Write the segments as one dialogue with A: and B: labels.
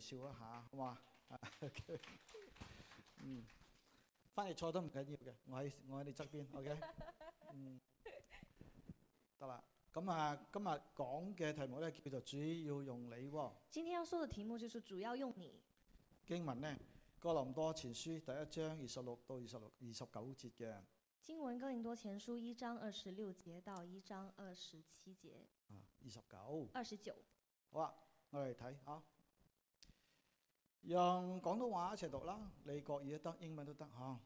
A: 笑一下，好嘛？嗯，翻嚟坐都唔緊要嘅，我喺我喺你側邊，OK？嗯，得啦。咁啊，今日講嘅題目咧叫做主要用你喎、
B: 今天要说的题目就是主要用你。
A: 經文呢，哥林多前書第一章二十六到二十六二十九節嘅。啊
B: 经文哥林多前书一章二十六节到一章二十七节、
A: 啊，二十九。
B: 二十九。
A: 好啊，我哋睇吓，用廣東話一齊讀啦，你國語都得，英文都得吓、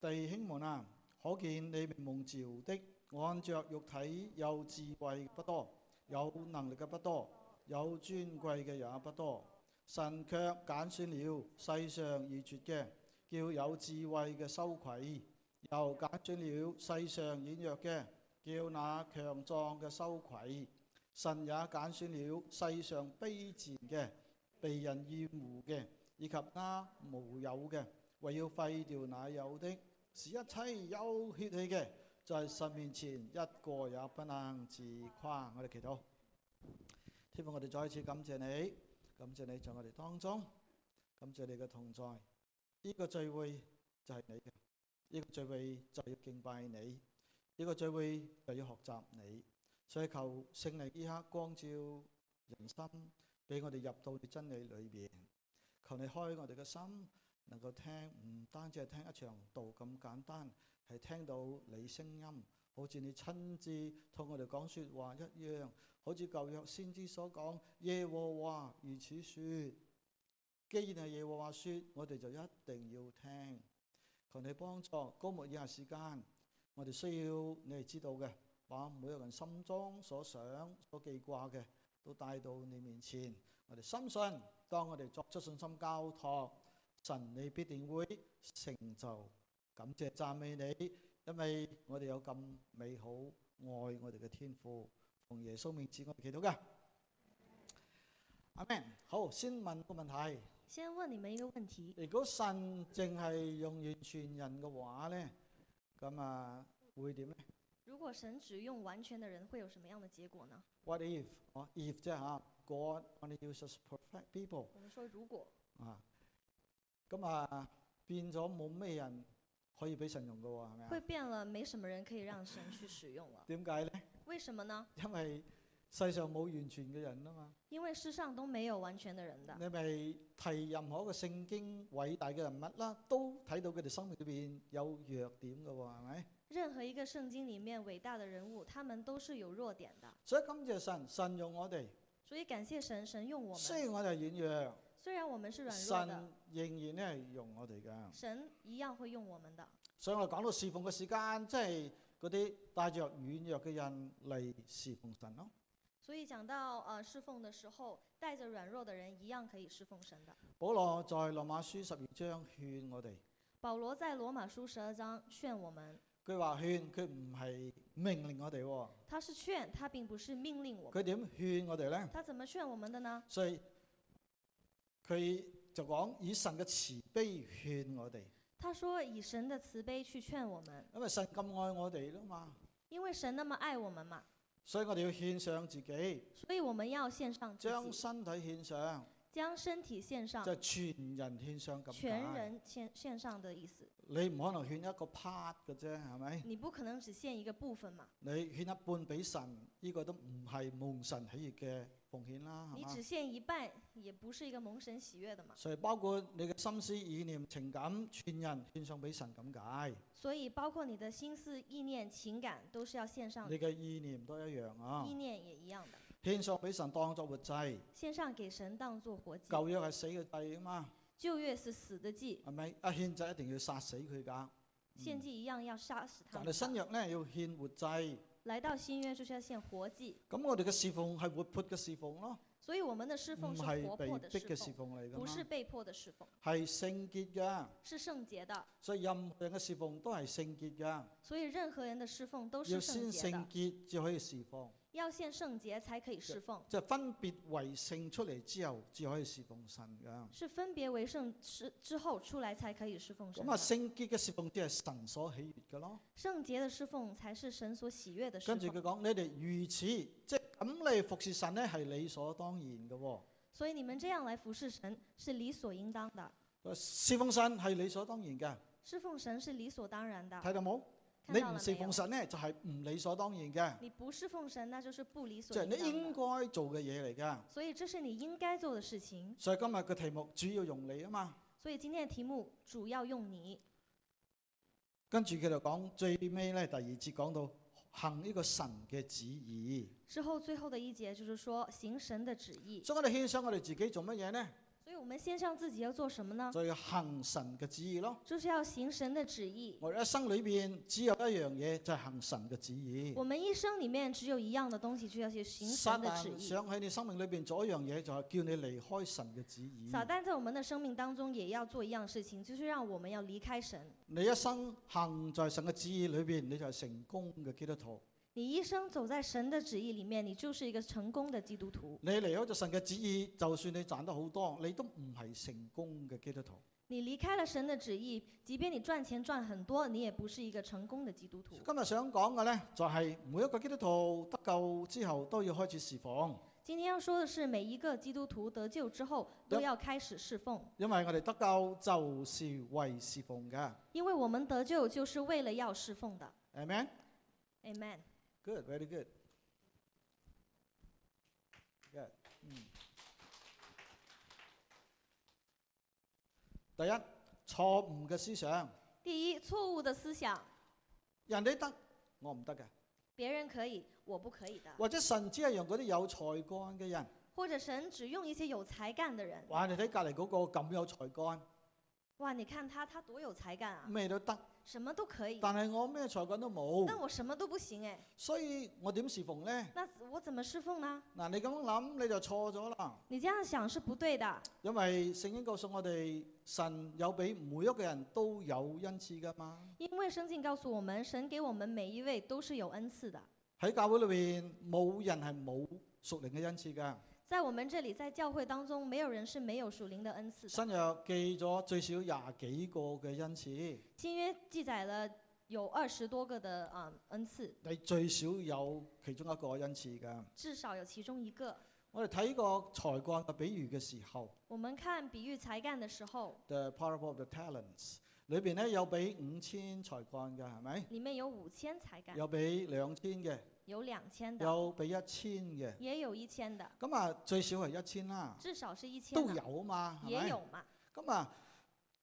A: 弟兄們啊，可見你們蒙召的，按着肉體有智慧不多，有能力嘅不多，有尊貴嘅也不多。神卻揀選了世上愚拙嘅，叫有智慧嘅羞愧；又揀選了世上軟弱嘅，叫那強壯嘅羞愧。神也揀選了世上卑賤嘅、被人厭惡嘅，以及那無有嘅，為要廢掉那有的，使一切有血氣嘅，在神面前一個也不能自誇。我哋祈禱，天父，我哋再一次感謝你，感謝你在我哋當中，感謝你嘅同在。呢、個聚會就係你嘅，呢、個聚會就要敬拜你，呢、個聚會就要學習你。所以求聖靈呢刻光照人心，俾我哋入到你真理裏邊。求你開我哋嘅心，能夠聽，唔單止係聽一場道咁簡單，係聽到你聲音，好似你親自同我哋講説話一樣，好似舊約先知所講，耶和華如此説。既然係耶和華説，我哋就一定要聽。求你幫助，高末以下時間，我哋需要你係知道嘅。把每個人心中所想、所記掛嘅，都帶到你面前。我哋深信，當我哋作出信心交託，神你必定會成就。感謝讚美你，因為我哋有咁美好愛我哋嘅天父，奉耶穌名字我哋祈禱嘅。阿 Man，好，先問個問題：
B: 先问你们一个问题：
A: 如果神淨係用完全人嘅話呢，咁啊會點呢？
B: 如果神只用完全的人，会有什么样的结果呢？
A: What if 啊，if 啫嚇，God only uses perfect people
B: 我们说如果，
A: 啊，咁啊變咗冇咩人可以俾神用嘅喎，係咪
B: 会
A: 啊？
B: 变了，没什么人可以让神去使用了。
A: 點解咧？
B: 为什么呢？
A: 因為世上冇完全嘅人啊嘛，
B: 因为世上都没有完全的人的。
A: 你咪提任何一個聖經偉大嘅人物啦，都睇到佢哋生命裏邊有弱點嘅喎，係咪？
B: 任何一个圣经里面伟大的人物，他们都是有弱点的。
A: 所以感謝神，神用我哋，
B: 所以感谢神，神用我
A: 雖
B: 们。
A: 然我哋係軟
B: 虽然我们是
A: 弱，
B: 软弱
A: 神
B: 的，
A: 仍然咧係用我哋㗎。
B: 神一样会用我们的。
A: 所以我哋講到侍奉嘅時間，即係嗰啲帶着軟弱嘅人嚟侍奉神咯。
B: 所以讲到呃侍奉的时候，带着软弱的人一样可以侍奉神的。
A: 保羅在羅馬書十二章勸我哋，
B: 保罗在罗马书十二章劝我们，
A: 佢話勸佢唔係命令我哋喎，
B: 他是劝，他并不是命令我们。
A: 佢點勸我哋呢？
B: 他怎么劝我们的呢？
A: 所以佢就講以神嘅慈悲勸我哋，
B: 他说以神的慈悲去劝我们，
A: 因為神咁愛我哋啦嘛，
B: 因为神那么爱我们嘛，
A: 所以我哋要獻上自己，
B: 所以我们要献上自
A: 將
B: 己，
A: 身體獻上，
B: 将身体献上
A: 就，係全人獻上咁
B: 全
A: 解。
B: 人献献上的意思。
A: 你唔可能勸一個 part 嘅啫，係咪？
B: 你不可能只献一个部分嘛，
A: 你獻一半俾神，呢、個都唔係蒙神喜悦嘅奉獻啦，係
B: 你
A: 嘛
B: 只？献一半，也不是一个蒙神喜悦的嘛。
A: 所以包括你嘅心思、意念、情感，全人獻上俾神咁解。
B: 所以包括你的心思、意念、情感都是要献上
A: 你嘅意念都一樣啊
B: 意，念也一样的，
A: 獻上俾神當作活祭。
B: 献上给神当做活祭。
A: 舊約係死嘅祭啊嘛，
B: 旧约是死的祭，
A: 係咪？一獻祭一定要殺死佢㗎。
B: 献祭一样要杀死他
A: 但
B: 们
A: 係
B: 的。
A: 新約呢，要獻活祭。
B: 来到新约就是要献活祭，
A: 咁我哋嘅侍奉係活潑嘅侍奉咯，
B: 所以我们的侍
A: 唔
B: 奉是
A: 係
B: 活
A: 嗯被
B: 泼的
A: 逼嘅侍
B: 奉，
A: 奉嚟㗎
B: 不是
A: 嘛，
B: 被迫的侍奉，
A: 係聖潔嘅。
B: 是圣洁的。
A: 所以任何人嘅侍奉都係聖潔嘅。
B: 所以任何人的侍奉都
A: 要
B: 是
A: 先
B: 圣洁
A: 聖
B: 的，
A: 潔至可以侍奉，
B: 要献圣洁才可以侍奉，
A: 即係分別為聖出嚟之後，至可以侍奉神嘅。
B: 是分别为圣之之后出来才可以侍奉神
A: 咁啊，
B: 的。
A: 聖潔嘅侍奉只係神所喜悦嘅咯。
B: 圣洁的侍奉才是神所喜悦的侍
A: 跟住
B: 奉。
A: 佢講：你哋如此，即係咁你服侍神咧，係理所當然嘅喎。
B: 所以你们这样来服侍神是理所应当的，
A: 侍奉神係理所當然嘅，
B: 侍奉神是理所当然的。
A: 睇到冇？
B: 看
A: 你
B: 啊到
A: 唔
B: 了
A: 侍
B: 没有
A: 奉？神呢，就係唔理所當然嘅，
B: 你不侍奉神，那就是不理
A: 即
B: 所
A: 係
B: 应
A: 你應
B: 当的。
A: 該做嘅嘢嚟㗎。
B: 所以这是你应该做的事情。
A: 所以今日嘅題目主要用你啊嘛，
B: 所以今天的题目主要用你。
A: 跟住佢就講最尾咧第二節講到行呢個神嘅旨意。
B: 之后最后的一节就是说行神的旨意。
A: 所以我哋獻上我哋自己做乜嘢呢？
B: 所以我们先上自己要做什么呢？
A: 就要行神嘅旨意咯。
B: 就是要行神的旨意。
A: 我哋一生裏邊只有一樣嘢就係行神嘅旨意。
B: 我们一生里面只有一样的东西，就要去行
A: 撒
B: 神的
A: 旦
B: 旨意。
A: 想喺你生命裏邊做一樣嘢，就係叫你離開神嘅旨意。
B: 撒旦在我们的生命当中也要做一样事情，就是让我们要离开神。
A: 你一生行在神嘅旨意裏邊，你就係成功嘅基督徒。
B: 你一生走在神的旨意里面，你就是一个成功的基督徒。
A: 你離開咗神嘅旨意，就算你賺得好多，你都唔係成功嘅基督徒。
B: 你离开了神的旨意，即便你赚钱赚很多，你也不是一个成功的基督徒。
A: 今日想講嘅呢，就係、每一個基督徒得救之後都要開始侍奉，
B: 今天要说的是，每一个基督徒得救之后都要开始侍奉，
A: 因為我哋得救就是為侍奉嘅。
B: 因为我们得救就是为了要侍奉的。
A: Amen。
B: Amen。
A: Good, very good. Good. 嗯。第一，錯誤嘅思想，
B: 第一，错误的思想，
A: 人哋得，我唔得嘅，
B: 别人可以，我不可以的，
A: 或者神只係用嗰啲有才幹嘅人，
B: 或者神只用一些有才干的人。
A: 哇！你睇隔離嗰個咁有才幹，
B: 哇，你看他，他多有才干啊，
A: 咩都得，
B: 什么都可以，
A: 但係我咩才幹都冇
B: 但，我什么都不行哎，
A: 所以我點侍奉呢？
B: 那我怎么侍奉呢？
A: 嗱，你咁樣諗你就錯咗啦，
B: 你这样想是不对的，
A: 因為聖經告訴我哋，神有俾每一個人都有恩賜噶嘛。
B: 因为圣经告诉我们，神给我们每一位都是有恩赐的。
A: 喺教會裏边冇人係冇屬靈嘅恩賜㗎。
B: 在我们这里，在教会当中，没有人是没有属灵的恩赐的。
A: 新約記咗最少廿幾個嘅恩賜，
B: 新约记载了有二十多个的啊、恩赐，
A: 你最少有其中一個恩賜㗎。
B: 至少有其中一个。
A: 我哋睇過才幹嘅比喻嘅時候
B: 我们看比喻才干的时候，
A: ，The Parable of the Talents 裏边咧有俾五千才幹㗎，係咪？
B: 里面有五千才干，
A: 有俾兩千嘅，
B: 有两千的，
A: 有俾一千嘅，
B: 也有一千的，
A: 咁啊最少係一千啦，
B: 至少是一千
A: 都
B: 的，
A: 有啊嘛，係
B: 也
A: 咪？
B: 有嘛。
A: 咁啊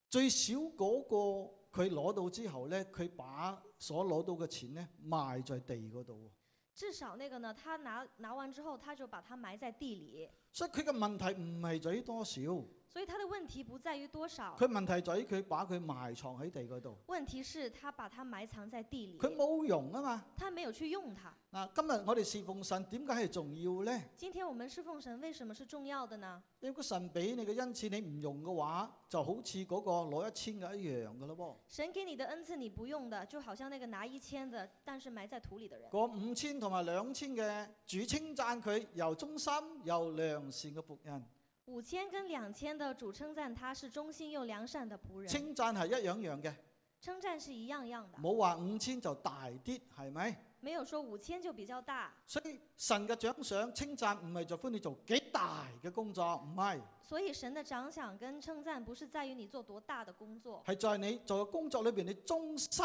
A: 最少嗰、個。佢攞到之後咧，佢把所攞到嘅錢咧賣在地嗰度喎。
B: 至少那个呢，他拿拿完之后，他就把它埋在地里。
A: 所以佢嘅問題唔係在於多少，佢
B: 所以他的問題不在于多少，
A: 問題在於佢把佢埋藏喺地嗰度，
B: 问题是他把它埋藏在地
A: 佢
B: 里，
A: 冇用啊嘛。
B: 他没有去用它。
A: 嗱，今日我哋侍奉神點解係重要呢？
B: 今天我们侍奉神为什么是重要的呢？
A: 如果神俾你嘅恩賜你唔用嘅話，就好似嗰個攞一千嘅一樣嘅咯
B: 神给你的恩赐你不用的，就好像那个拿一千的但是埋在土里的人
A: 噃。，嗰五千同埋兩千嘅主稱讚佢又忠心又良善嘅仆人，
B: 五千跟两千的主称赞他是忠心又良善的仆人，
A: 稱讚係一樣樣嘅，
B: 称赞是一样样的，
A: 冇話五千就大啲，係咪？
B: 没有说五千就比较大。
A: 所以神嘅獎賞稱讚唔係在乎你做幾大嘅工作，唔係。
B: 所以神的奖赏跟称赞不是在于你做多大的工作，
A: 係在你做嘅工作裏邊，你忠心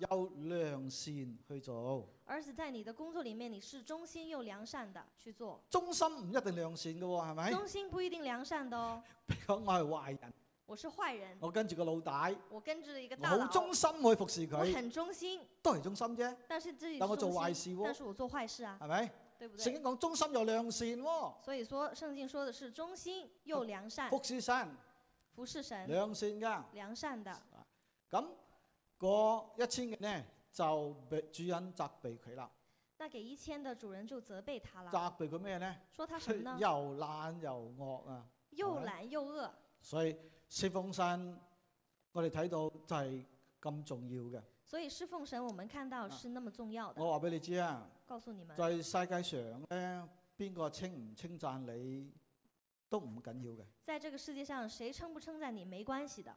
A: 有良善去做。
B: 而是在你的工作里面你是忠心又良善的去做。
A: 忠心唔一定良善嘅喎，係咪？
B: 忠心不一定良善的哦。
A: 譬如講我係壞人，
B: 我是坏人，
A: 我跟住個老大，
B: 我跟着一个
A: 哦我
B: 大
A: 好
B: 佬，哦
A: 忠心去服侍
B: 我
A: 佢，
B: 很忠心，
A: 都係忠心啫。
B: 但是自己
A: 但我做壞
B: 忠
A: 事
B: 心，
A: 哦
B: 但
A: 喎，
B: 是我做坏事啊，
A: 係咪？
B: 对不
A: 聖
B: 对？
A: 經講忠心有良善喎，
B: 所以说，圣经说的是忠心又良善，
A: 服侍神
B: 服侍神，
A: 良善㗎。
B: 良善的。
A: 咁嗰一千嘅呢，就被主人責備佢啦。
B: 那给一千的主人就责备他了，
A: 責備佢咩呢？
B: 说他什
A: 佢
B: 么呢？
A: 又懶又惡啊！
B: 又懒又恶。
A: 所以四奉神，我哋睇到就係咁重要嘅。
B: 所以侍奉神，我们看到是那么重要的。
A: 我話俾你知啊，
B: 告诉你们，
A: 在世界上咧，邊個稱唔稱讚你都唔緊要嘅，
B: 在这个世界上，谁称不称赞你没关系的，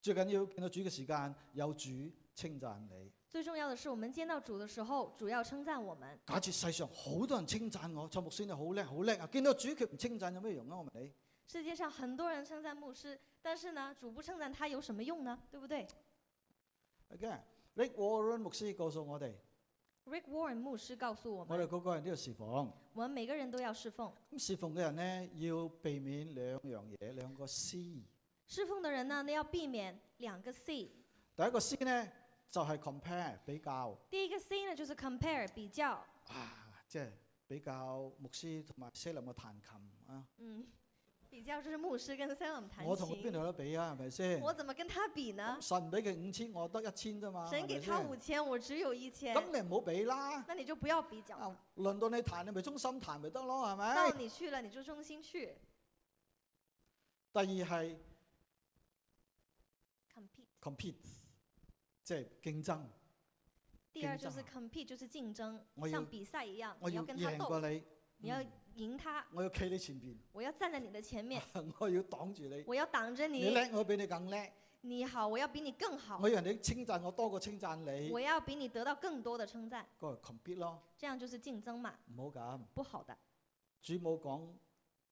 A: 最緊要見到主嘅時間，有主稱讚你。
B: 最重要的是，我们见到主的时候，主要称赞我们。
A: 假設世上好多人稱讚我，蔡牧師你好叻好叻啊！見到主佢唔稱讚有咩用啊？我問你，
B: 世界上很多人称赞牧师，但是呢，主不称赞他有什么用呢？对不对
A: again，Rick Warren 牧師告訴我哋，
B: ？Rick Warren 牧师告诉我
A: 我哋
B: 们，
A: 個個人都要侍奉。
B: 我们每个人都要侍奉。
A: 咁侍奉嘅人呢，要避免兩樣嘢，兩個 C。
B: 侍奉的人呢，那要避免两个 C。
A: 第一個 C 呢，就係、compare 比較
B: 第一个 C 呢，就是 compare 比较，
A: 啊，即係比較牧師同埋 Salem 嘅彈琴啊。
B: 嗯，比较就是牧师跟 Salem 弹
A: 我同佢邊
B: 琴。
A: 度有得比啊？係咪先？
B: 我怎么跟他比呢？
A: 神俾佢五千，我得一千啫嘛。
B: 神给
A: 係咪
B: 他
A: 先
B: 五千，我只有一千，
A: 咁你唔好俾啦。
B: 那你就不要比较
A: 啊哎
B: 了。，
A: 輪到你彈，你咪中心彈咪得咯，係
B: 到
A: 咪？
B: 你去了，你就忠心去
A: 第二係
B: compete。
A: compete，即係競爭。
B: 第二就
A: 竞
B: 是
A: 争
B: compete，就是竞争
A: 啊我，要
B: 像比赛一样，
A: 我
B: 你
A: 要
B: 要跟他
A: 贏過
B: 斗，
A: 你，
B: 你要
A: 嗯
B: 赢他，
A: 我要企你前邊，
B: 我要站在你的前面，
A: 我要擋住你。
B: 我要擋着
A: 哎你
B: 你，
A: 叻，我比你更叻。
B: 你好，我要比你更好
A: 我，要人哋稱讚我多過稱讚你，
B: 我要比你得到更多的称赞，
A: 嗰個 compete 咯，
B: 这样就是竞争嘛，
A: 唔好咁。
B: 不好的。
A: 主冇講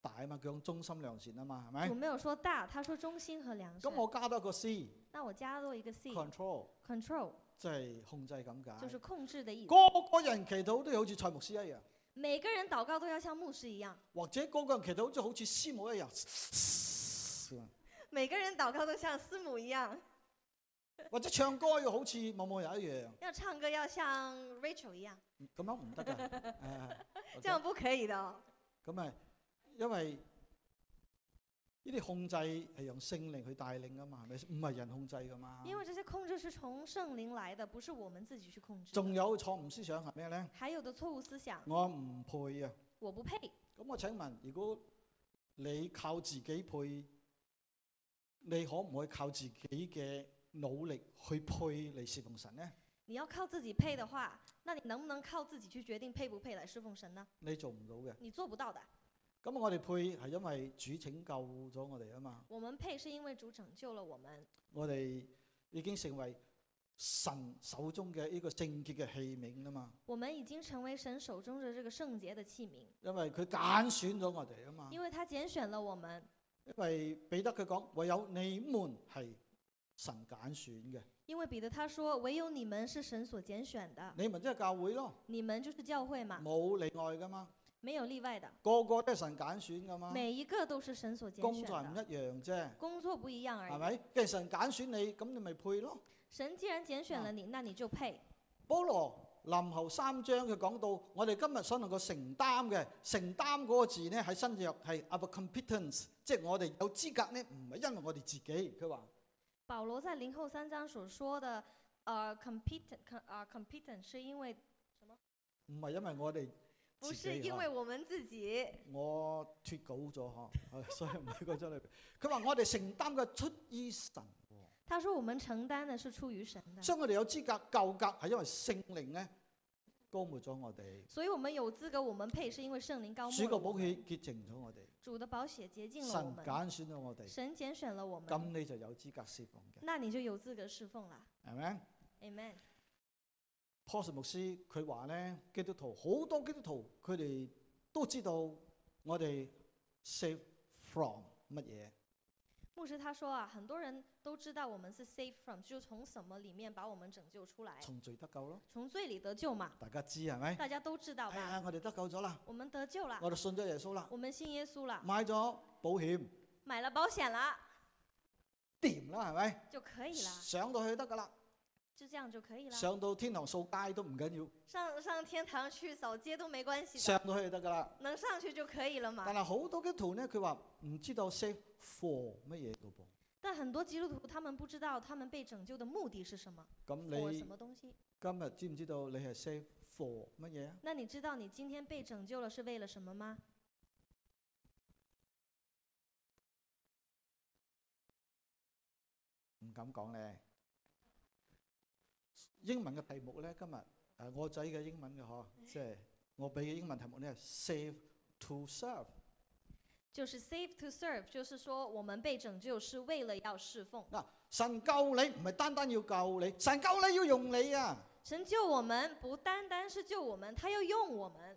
A: 大啊嘛，佢講忠心良善啊嘛，係咪
B: 主？没有说大，他说忠心和良
A: 咁
B: 善。
A: 我加多一個 C，control，
B: 那我加入一个 C，control
A: 即係控制咁解
B: 就。是控制的意思。
A: 個個人祈禱都好似蔡牧師一樣，
B: 每個人禱告都要像牧師一樣，
A: 或者個個人祈禱都好似師母一 樣，
B: 每個人禱告都像師母一樣，
A: 或者唱歌要好似某某人一樣，
B: 要唱歌要像 Rachel 一樣，
A: 咁樣唔得 㗎。啊
B: 这樣不可以的哦。
A: 咁咪因為呢啲控制係用聖靈去帶領㗎嘛，係咪？唔係人控制㗎嘛。
B: 因为这些控制是从圣灵来的，不是我们自己去控制的。
A: 仲有錯誤思想係咩咧？
B: 还有的错误思想，
A: 我唔配啊！
B: 我不配。
A: 咁我請問，如果你靠自己配，你可唔可以靠自己嘅努力去配嚟侍奉神呢？
B: 你要靠自己配的话，那你能不能靠自己去决定配不配来侍奉神呢？
A: 你做唔到嘅。
B: 你做不到的。
A: 咁我哋配係因為主拯救咗我哋啊嘛，
B: 我们配是因为主拯救了我们，
A: 我哋已經成為神手中嘅呢個聖潔嘅器皿啊嘛，
B: 我们已经成为神手中的这个圣洁的器皿，
A: 因為佢揀選咗我哋啊嘛。
B: 因为他拣选了我们。
A: 因為彼得佢講，唯有你們係神揀選嘅，
B: 因为彼得他说：“唯有你们是神所拣选的，
A: 你們即係教會咯，
B: 你们就是教会嘛，
A: 冇例外噶嘛，
B: 没有例外的，
A: 個個都係神揀選噶嘛。
B: 每一个都是神所拣
A: 工
B: 选
A: 作唔
B: 的。
A: 一樣啫，
B: 工作不一样而
A: 係
B: 已。
A: 咪？既然神揀選你，咁你咪配咯。
B: 神既然拣选了你，那你就配。
A: 保羅林後三章佢講到，我哋今日所能夠承擔嘅，承擔嗰個字呢，喺新約係 our competence，即係我哋有資格呢，唔係因為我哋自己。佢話
B: 保罗在零后三章所说的，呃，competent，com- 呃，competent 是因为
A: 唔係因為我哋
B: 不
A: 自
B: 是
A: 己
B: 因
A: 啊。
B: 为我们自己。
A: 我脱稿咗嗬，係 所以唔係講真裏邊。佢話我哋承擔嘅出於神喎，
B: 他说我们承担的是出于神的，
A: 所以我哋有資格救格係因為聖靈呢，高抹咗我哋，
B: 所以我们有资格，我们配，是因为圣灵高
A: 主
B: 牧了
A: 嘅
B: 我
A: 寶
B: 们，
A: 血潔淨咗我哋，
B: 主的宝血洁净了我
A: 神
B: 们，
A: 揀選咗我哋，
B: 神拣选了我
A: 咁
B: 们，
A: 你就有資格侍奉嘅，
B: 那你就有资格侍奉了。
A: 係咪
B: Amen。
A: p o s 牧師佢話呢，基督徒好多基督徒佢哋都知道我哋 save from 乜嘢，
B: 牧师他说啊，很多人都知道我们是 safe from，就是从什么里面把我们拯救出来，
A: 從罪得救咯，
B: 从罪里得救嘛，
A: 大家知係咪？
B: 大家都知道
A: 哎
B: 吧？
A: 呀，我哋得救咗啦，
B: 我们得救了，
A: 我哋信咗耶穌啦，
B: 我们信耶穌了，
A: 買咗保險。
B: 买了保險了，
A: 掂啦，係咪？
B: 就可以了，
A: 上到去得㗎啦，
B: 就這樣就可以了。
A: 上到天堂掃街都唔緊
B: 上上天堂去掃街都沒關
A: 要，
B: 係的，
A: 上到去就得㗎啦。
B: 能上去就可以了
A: 但
B: 嘛。
A: 係好多基督徒咧，佢話唔知道 save for 乜嘢㗎噃。
B: 但很多基督徒他們不知道他們被拯救的目的是什麼
A: 咁
B: ，for
A: 你
B: 什麼東西。
A: 今日知唔知道你係 save for 乜嘢啊？
B: 那你知道你今天被拯救了是為了什麼嗎？
A: 唔敢講咧。英文嘅題目咧，今日誒、呃我仔嘅
B: 嗯
A: 英文嘅嗬，即係我俾嘅英文題目咧係 save to serve。
B: 就是 save to serve，就是说我们被拯救是为了要侍奉。
A: 神救你唔係單單要救你，神救你要用你啊！
B: 神救我们不单单是救我们，他要用我们。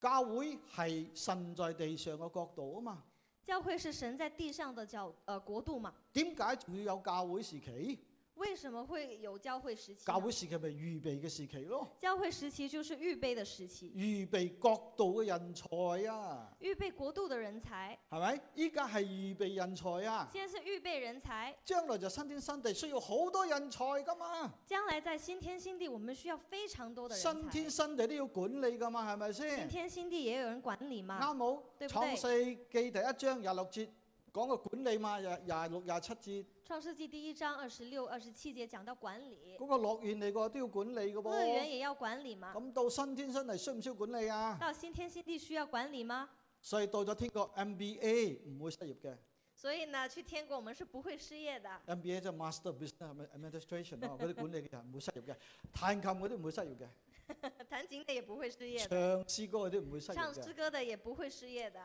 A: 教會係神在地上嘅角度啊嘛。
B: 教会是神在地上的角呃国度嘛？
A: 點解仲要有教會時期？
B: 为什么会有教会时期呢？
A: 教會時期咪預備嘅時期咯，
B: 教会时期就是预备的时期，
A: 預備國度嘅人才啊，
B: 预备国度的人才。
A: 係咪？依家係預備人才啊，
B: 现在是预备人才，
A: 將來就新天新地需要好多人才噶嘛，
B: 将来在新天新地，我们需要非常多的人才。
A: 新天新地都要管理噶嘛，係咪
B: 新
A: 先？
B: 天新地也有人管理嘛？
A: 啱冇？
B: 對唔對
A: 創世記第一章廿六節講個管理嘛，廿廿六廿七節。
B: 创世纪第一章二十六、二十七节讲到管理，
A: 嗰個樂園嚟個都要管理嘅
B: 乐园
A: 噃。
B: 也要管理嘛？
A: 咁到新天新地需唔需要管理啊？
B: 到新天新地需要管理吗？
A: 所以到咗天國 MBA 唔會失業嘅
B: 所以呢，去天国我们是不会失业的。
A: ，MBA 即係 Master Business Administration 啊，嗰啲管理嘅人唔會 失業嘅，彈琴嗰啲唔會失業嘅，
B: 弹琴的也不会失业的，
A: 唱詩歌嗰啲唔會失業
B: 唱诗
A: 嘅。
B: 歌的也不会失业的。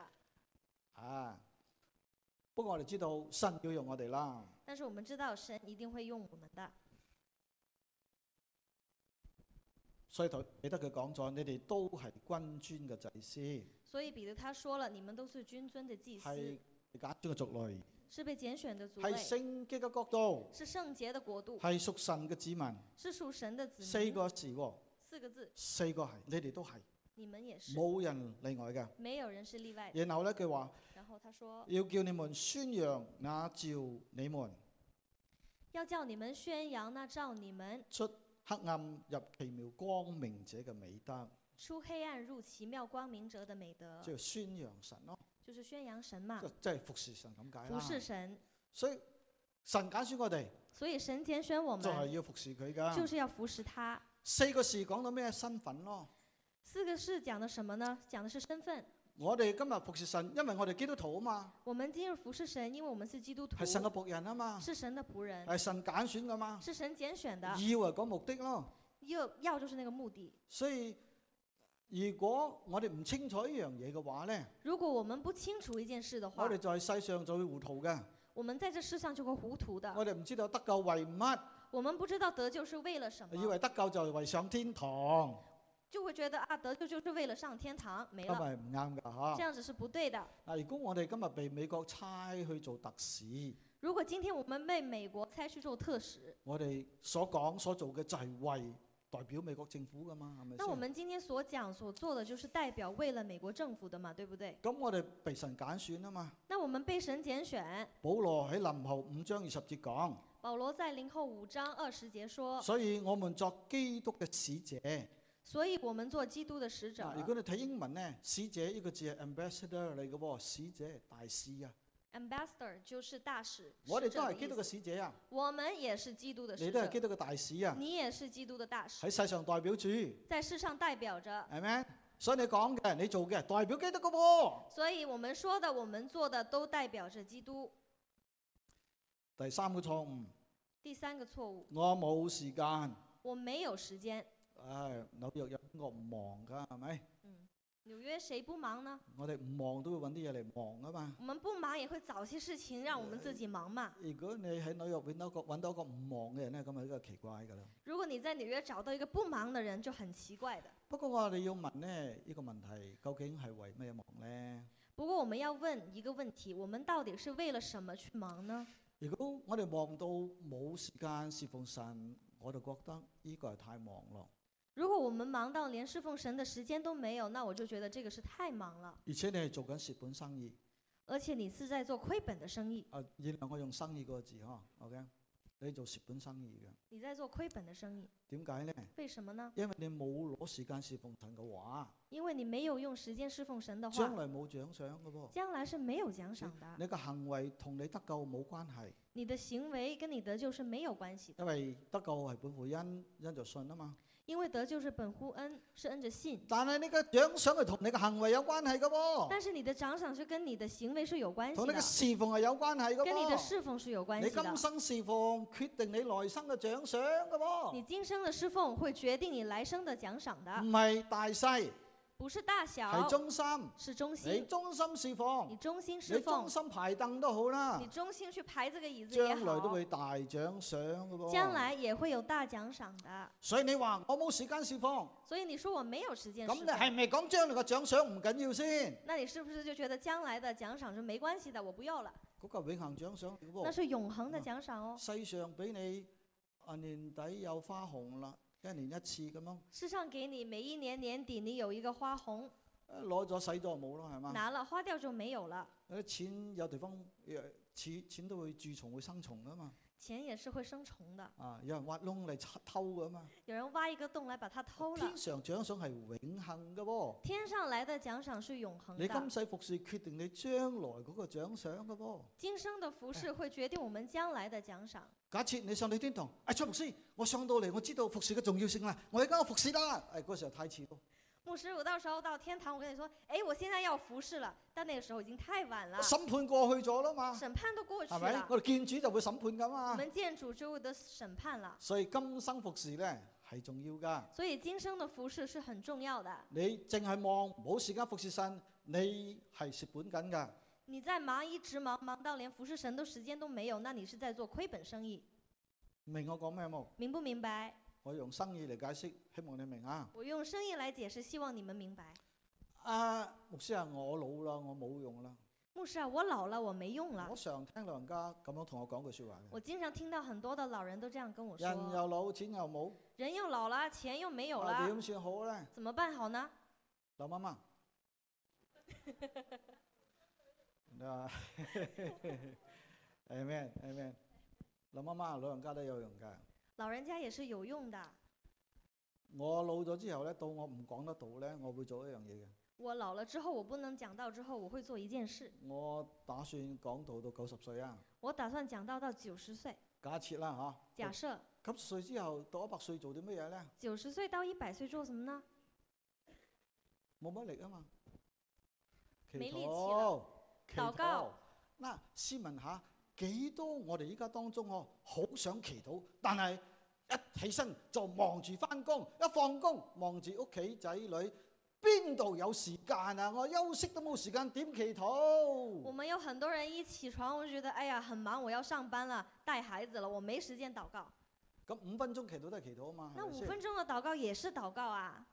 A: 啊，不過我哋知道神要用我哋啦。
B: 但是我们知道神一定会用我们的，
A: 所以頭彼得佢講咗，你哋都係君尊嘅祭司，
B: 所以彼得他说了，你们都是君尊的祭司
A: 係，揀選嘅族類，
B: 是被拣选的族
A: 係
B: 类，
A: 聖潔嘅角度，
B: 是圣洁的国度，
A: 係屬神嘅子民。
B: 是属神的子
A: 四
B: 民。
A: 個字喎，
B: 四个字，
A: 四個係，你哋都係。
B: 你们也是，
A: 冇人例外嘅。
B: 没有人是例外的。
A: 然後咧，佢話
B: 然后他说，
A: 要叫你們宣揚那召你們
B: 要叫你们宣扬那照你们
A: 出黑暗入奇妙光明者嘅美德，
B: 出黑暗入奇妙光明者的美德
A: 即，係宣揚神咯，
B: 就是宣扬神嘛
A: 即，係即係服侍神咁解
B: 啊服侍
A: 啦。
B: 神。
A: 所以神揀選我哋
B: 所以神拣选我
A: 就係
B: 们，
A: 要服侍佢
B: 就
A: 㗎。
B: 是要服侍他。
A: 四個事講到咩身份咯？
B: 四个是讲的什么呢？讲的是身份。
A: 我哋今日服侍神，因為我哋基督徒啊嘛，
B: 我们今日服侍神，因为我们是基督徒，
A: 係神嘅仆人啊嘛，
B: 是神的仆人，
A: 係神揀選㗎嘛，
B: 是神拣选的
A: 要。係講目的咯。
B: 要要就是那个目的。
A: 所以如果我哋唔清楚呢樣嘢嘅話咧，
B: 如果我们不清楚一件事的话
A: 我哋，在世上就會糊塗嘅。
B: 我们在这世上就会糊涂的。
A: 我哋唔知道得救為乜，
B: 我们不知道得救是为了什
A: 以
B: 么，
A: 為得救就係為上天堂，
B: 就会觉得啊，得救就是为了上天堂，没
A: 咁
B: 了，
A: 係唔啱㗎
B: 这
A: 嚇。
B: 样子是不对的。
A: 嗱，如果我哋今日被美國差去做特使，
B: 如果今天我们被美国差去做特使，
A: 我哋所講所做嘅就係為代表美國政府㗎嘛，係咪
B: 那我
A: 先？
B: 们今天所讲所做的就是代表为了美国政府的嘛，对不对？
A: 咁我哋被神揀選啊嘛。
B: 那我们被神拣选，
A: 保羅喺林後五章二十節講，
B: 保罗在零后五章二十节说
A: 所以我們作基督嘅使者。：“
B: 所以我们做基督的使者。
A: 嗱，如果你睇英文咧，使者呢個字係 ambassador 嚟嘅喎，使者係大使啊。
B: ”Ambassador 就是大使，
A: 我哋
B: 使者
A: 都
B: 的
A: 係基督
B: 意
A: 嘅
B: 思
A: 使者啊，
B: 我们也是基督的
A: 你
B: 使
A: 都係
B: 者
A: 基，督嘅大使啊，
B: 你也是基督的大使，
A: 喺世上代表主。
B: 在世上代表着。
A: 係咩？所以你講嘅、你做嘅，代表基督嘅喎。
B: 所以我们说的、我们做的都代表着基督。
A: 第三個錯誤，
B: 第三个错误，
A: 我冇時間。
B: 我沒有时间。
A: 唉，紐約有邊個唔忙㗎？係咪？
B: 嗯，纽约谁不忙呢？
A: 我哋唔忙都會揾啲嘢嚟忙㗎嘛。
B: 我们不忙也会找些事情让我们自己忙嘛。
A: 如果你喺紐約揾到一個揾到一個唔忙嘅人咧，咁啊呢個奇怪㗎啦。
B: 如果你在纽约找到一个不忙的人，就很奇怪的。
A: 不過我哋要問咧，呢、呢個問題究竟係為咩忙咧？
B: 不过我们要问一个问题：我们到底是为了什么去忙呢？
A: 如果我哋忙到冇時間侍奉神，我就覺得呢個係太忙咯。
B: 如果我们忙到连侍奉神的时间都没有，那我就觉得这个是太忙了。
A: 而且你係做緊蝕本生意，
B: 而且你是在做亏本的生意，
A: 啊，原諒我用生意嗰個字嗬，OK？你做蝕本生意嘅。
B: 你在做亏本的生意，
A: 點解呢？
B: 为什么呢？
A: 因為你冇攞時間侍奉神嘅話，
B: 因為你没有用时间侍奉神的话
A: 將，來冇獎賞嘅喎。
B: 将来是没有奖赏的。
A: 你嘅行為同你得救冇關係，
B: 你的行为跟你得救是没有关系的，
A: 因為得救係本乎恩，因就信啊嘛。
B: 因为得救是本乎恩，是恩着信。
A: 但係你嘅獎賞係同你嘅行為有關係嘅喎，
B: 但是你的奖赏是跟你的行为是有关系
A: 同你
B: 的
A: 嘅，侍奉係有關係嘅
B: 跟你的
A: 喎。
B: 侍奉是有关
A: 你
B: 系的
A: 今。生侍奉決定你來生嘅獎賞嘅
B: 你
A: 喎，嗯
B: 今生的侍奉会决定你来生的奖赏的，
A: 唔係大細，
B: 不是大小
A: 係，忠心。
B: 是忠
A: 你
B: 心。
A: 忠心侍奉，
B: 你忠心侍
A: 你
B: 奉
A: 忠，心排凳都好啦
B: 你，忠心去排这个椅子也
A: 將來都
B: 好，
A: 會大獎賞噶
B: 将
A: 噃。
B: 来也会有大奖赏的。
A: 所以你話我冇時間侍奉，
B: 所以你说我没有时间
A: 咁
B: 侍
A: 你
B: 奉，
A: 係咪講將來嘅獎賞唔緊要先？
B: 那你是不是就觉得将来的奖赏是没关系的，我不要了？
A: 嗰個係永恆獎賞嚟
B: 那
A: 嘅
B: 是永恒的
A: 嗯
B: 奖赏哦
A: 喎，。世上俾你啊年底有花紅啦，一年一次咁樣，
B: 世上给你每一年年底你有一个花红，
A: 啊攞咗使咗就冇啦，係嘛？
B: 拿了花掉就没有了，
A: 有啲錢有地方呃錢錢都會蛀蟲會生蟲噶嘛，
B: 钱也是会生蟲的。
A: 啊有人挖窿嚟偷偷噶嘛，
B: 有人挖一个洞来把它偷了
A: 天。上獎賞係永恆嘅喎。
B: 天上来的奖赏是永恒
A: 你今
B: 的，
A: 世服侍決定你將來嗰個獎賞嘅噃。
B: 今生的服饰会决定我们将来的奖赏。
A: 假設你上到天堂，哎，蔡牧師，我上到嚟，我知道服侍嘅重要性啦，我而家我服侍啦。哎，嗰時候太遲咯，
B: 牧师，我到时候到天堂，我跟你说，哎，我现在要服侍了，但那个时候已经太晚了，
A: 審判過去咗啦嘛，
B: 审判都过去
A: 係咪
B: 啊了？，
A: 我哋見主就會審判噶
B: 我
A: 嘛。
B: 们见主之后的审判了，
A: 所以今生服侍咧係重要噶。
B: 所以今生的服饰是很重要的。
A: 你淨係望冇時間服侍神，你係蝕本緊㗎。
B: 你在忙，一直忙，忙到连服侍神的时间都没有，那你是在做亏本生意，
A: 明我講咩冇？
B: 明不明白？
A: 我用生意嚟解釋，希望你明啊。
B: 我用生意来解释，希望你们明白。
A: 啊，牧師啊，我老啦，我冇用啦。
B: 牧师啊，我老了，我没用了
A: 我。常聽老人家咁樣同我講句説話嘅。
B: 我经常听到很多的老人都这样跟我说：
A: 人又老，錢又冇，
B: 人又老了，钱又没有
A: 啊
B: 了，
A: 點算好咧？
B: 怎么办好呢？
A: 劉媽 媽，你 話 Amen Amen，劉媽媽老人家都有用㗎。
B: 老人家也是有用的。
A: 我老咗之後咧，到我唔講得到咧，我會做一樣嘢嘅。
B: 我老了之后，我不能讲到之后，我会做一件事。
A: 我打算講到到九十歲啊，
B: 我打算讲到到九十岁，
A: 假設啦嚇。
B: 假设
A: 九十歲之後到一百歲做啲乜嘢咧？
B: 九十岁到一百岁做什么呢？
A: 冇乜力啊嘛。祈
B: 沒力氣
A: 禱，祈
B: 禱告。
A: 嗱，試問下，幾多我哋依家當中哦，好想祈禱，但係一起身就忙住翻工，一放工忙住屋企仔女，邊度有時間啊？我休息都冇時間，點祈禱？
B: 我们有很多人一起床，我就觉得哎呀很忙，我要上班了，带孩子了，我没时间祷告。
A: 啊咁五分鐘祈禱都係祈禱啊嘛，
B: 那
A: 係咪
B: 五
A: 先？
B: 分钟的祷告也是祷告啊，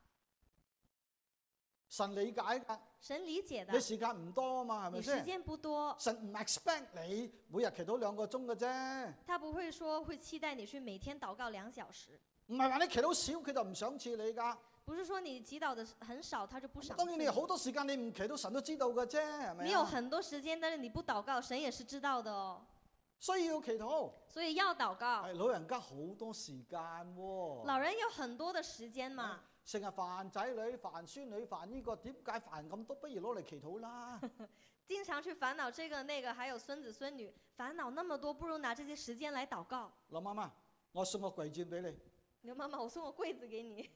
A: 神理解㗎，
B: 神理解的
A: 你。時間唔多啊嘛，係咪
B: 你时
A: 先？
B: 间不多，
A: 神唔 expect 你每日祈禱兩個鐘嘅啫，
B: 他不会说会期待你去每天祷告两小时。
A: 唔係話你祈禱少，佢就唔想賜你㗎。
B: 不是说你祈祷的很少，他就不赏
A: 當
B: 赐
A: 然你有好多時間你唔祈禱，神都知道嘅啫，係咪
B: 你有
A: 啊？
B: 很多时间，但是你不祷告，神也是知道的哦。
A: 需要祈禱，
B: 所以要祷告。
A: 係老人家好多時間喎、
B: 老人有很多的时间嘛，
A: 成日煩仔女、煩孫女、煩呢、個，點解煩咁多？不如攞嚟祈禱 啦。
B: 经常去烦恼这个那个，还有孙子孙女，烦恼那么多，不如拿这些时间来祷告。
A: 林媽媽，我送個跪鑽俾你
B: 牛妈妈，我送个柜子给你。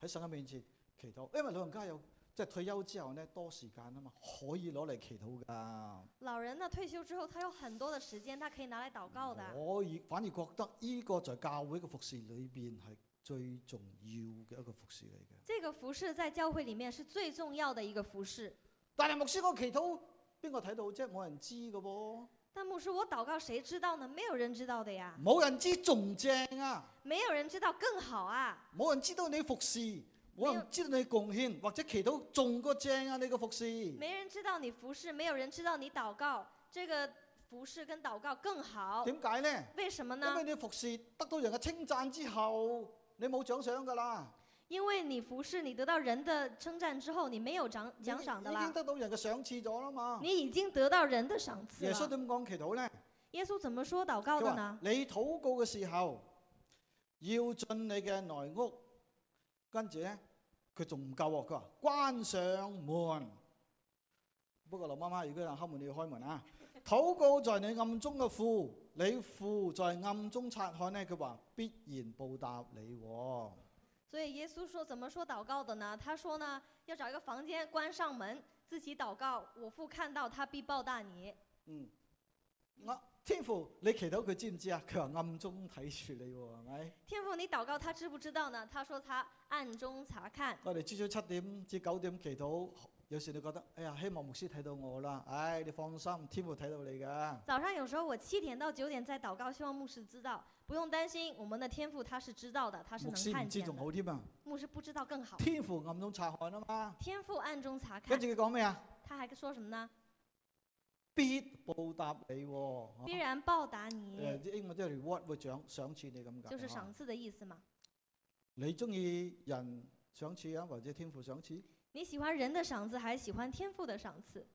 A: 喺神嘅面前祈禱，因為老人家有即係退休之後咧多時間啊嘛，可以攞嚟祈禱㗎。
B: 老人呢，退休之后，他有很多的时间，他可以拿来祷告的。
A: 我而反而覺得呢個在教會嘅服侍裏邊係最重要嘅一個服侍嚟嘅。
B: 这个服饰在教会里面是最重要的一个服饰。
A: 但係牧師個祈禱邊個睇到啫？冇人知嘅噃。
B: 但牧师，我祷告谁知道呢？没有人知道的呀，
A: 冇人知仲正啊！
B: 没有人知道更好啊，
A: 冇人知道你服侍，冇人知道你貢獻或者祈禱仲過正啊！你個服侍點
B: 没人知道你服饰，没有人知道你祷告，这个服饰跟祷告更好。
A: 解呢？
B: 为什么呢
A: 因？為你服侍得到人嘅稱讚之後，你冇獎賞㗎啦，
B: 因为你服侍，你得到人的称赞之后，你没有奖奖赏的
A: 已經
B: 啦，
A: 得到人嘅賞賜咗啦嘛。
B: 你已经得到人的赏赐
A: 耶穌
B: 了。
A: 點講祈禱呢？
B: 耶穌怎么说祷告
A: 佢
B: 的
A: 話
B: 呢？：
A: 你禱告嘅時候，要進你嘅內屋，跟住呢，佢仲唔夠喎？佢話關上門。不過林媽媽，如果有人敲門，你要開門啊！禱告在你暗中嘅父，你父在暗中察看呢，佢話必然報答你、喎。
B: 所以耶稣说怎么说祷告的呢？他说呢，要找一个房间，关上门，自己祷告，我父看到他必报答你。
A: 嗯，呃天父，你祈禱佢知唔知啊？佢話暗中睇住你喎，係咪？
B: 天父，你祷告他知不知道呢？他说他暗中查看。
A: 我哋朝早七點至九點祈禱，有時你覺得，哎呀，希望牧師睇到我啦。唉、你放心，天父睇到你㗎。
B: 早上有时候我七点到九点在祷告，希望牧师知道，不用担心，我们的天父他是知道的，他是
A: 牧
B: 能
A: 師
B: 看
A: 唔知
B: 见
A: 仲
B: 的。
A: 好添啊！
B: 牧师不知道更好。
A: 天父暗中察看啊嘛。
B: 天父暗中查
A: 跟
B: 看
A: 住，佢講咩啊？
B: 他还说什么呢？
A: 必報答你喎。
B: 必然报答
A: 誒
B: 你，
A: 啲英文都係 reward 會獎賞賜你咁解。
B: 就是
A: 嚇
B: 赏赐的意思嘛。
A: 你中意人賞賜啊，或者天父賞賜？
B: 你喜欢人的赏赐，还喜欢天父的赏赐，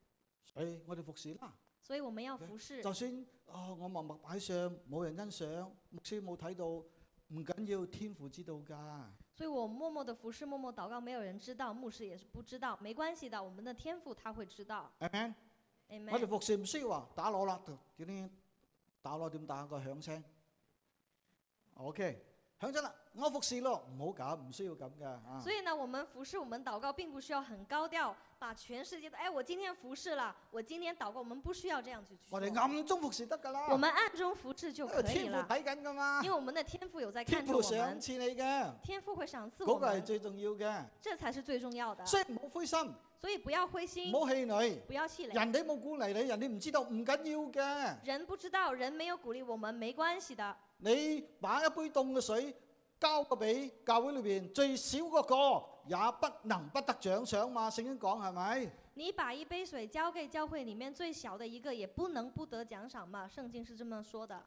A: 所以我哋服侍啦。
B: 所以我们要服侍。
A: 就算啊，我默默擺上，冇人欣賞，牧師冇睇到，唔緊要，天父知道㗎。
B: 所以我默默的服侍，默默祷告，没有人知道，牧师也是不知道，没关系的，我们的天父他会知道。
A: Amen。我哋
B: Amen。
A: 服侍唔需要話打攞啦，點點打攞點打個響聲。OK，響聲啦，我服侍咯，唔好咁，唔需要咁㗎啊
B: 所。以呢，我们服侍，我们祷告，并不需要很高调，把全世界的哎，我今天服侍了，我今天祷告，我们不需要这样子去
A: 我
B: 做。
A: 哋暗中服侍得㗎啦。
B: 我们暗中服侍就
A: 因
B: 可
A: 為
B: 以
A: 天父
B: 了，
A: 睇緊㗎嘛
B: 因，为我们的天父有在看
A: 天
B: 着
A: 父
B: 我
A: 賞
B: 们，
A: 賜你嘅，
B: 天父会赏赐我
A: 嗰個係
B: 们，
A: 最重要嘅。
B: 这才是最重要的。
A: 所以唔好灰心，唔
B: 所以不要灰心，
A: 好氣餒。
B: 不要气馁。
A: 人哋冇鼓勵你，人哋唔知道唔緊要嘅。
B: 人不知道，人没有鼓励我们，没关系的。
A: 你把一杯凍嘅水交個俾教會裏邊最少嗰個，也不能不得獎賞嘛。聖經講係咪？
B: 你把一杯水交给教会里面最小的一个，也不能不得奖赏嘛。圣经是这么说的，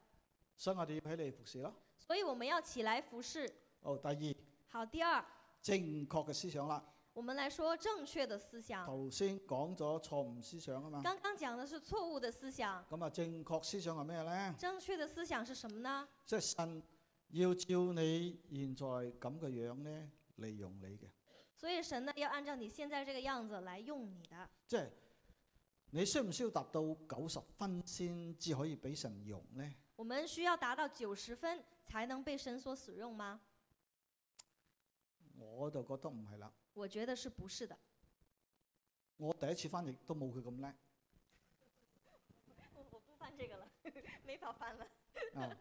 A: 所以我哋要起嚟服侍咯。
B: 所以我们要起来服侍。
A: 哦，第二
B: 好，第二，
A: 正確嘅思想啦。
B: 我们来说正确的思想。
A: 頭先講咗錯誤思想啊嘛。
B: 刚刚講的是錯誤的思想，
A: 咁啊，正確思想係咩呢？
B: 正確的思想是什么呢？
A: 即係神要照你現在咁嘅樣呢，利用你嘅。
B: 所以神呢要按照你現在這個樣子來用你的。
A: 即係你需唔需要達到九十分先至可以俾神用呢？
B: 我們需要達到九十分才能被神所使用嗎？
A: 我就覺得唔係啦。
B: 我覺得是不是的。
A: 我第一次翻譯都冇佢咁叻。
B: 我我不翻这个了， 没法翻了，
A: 啊！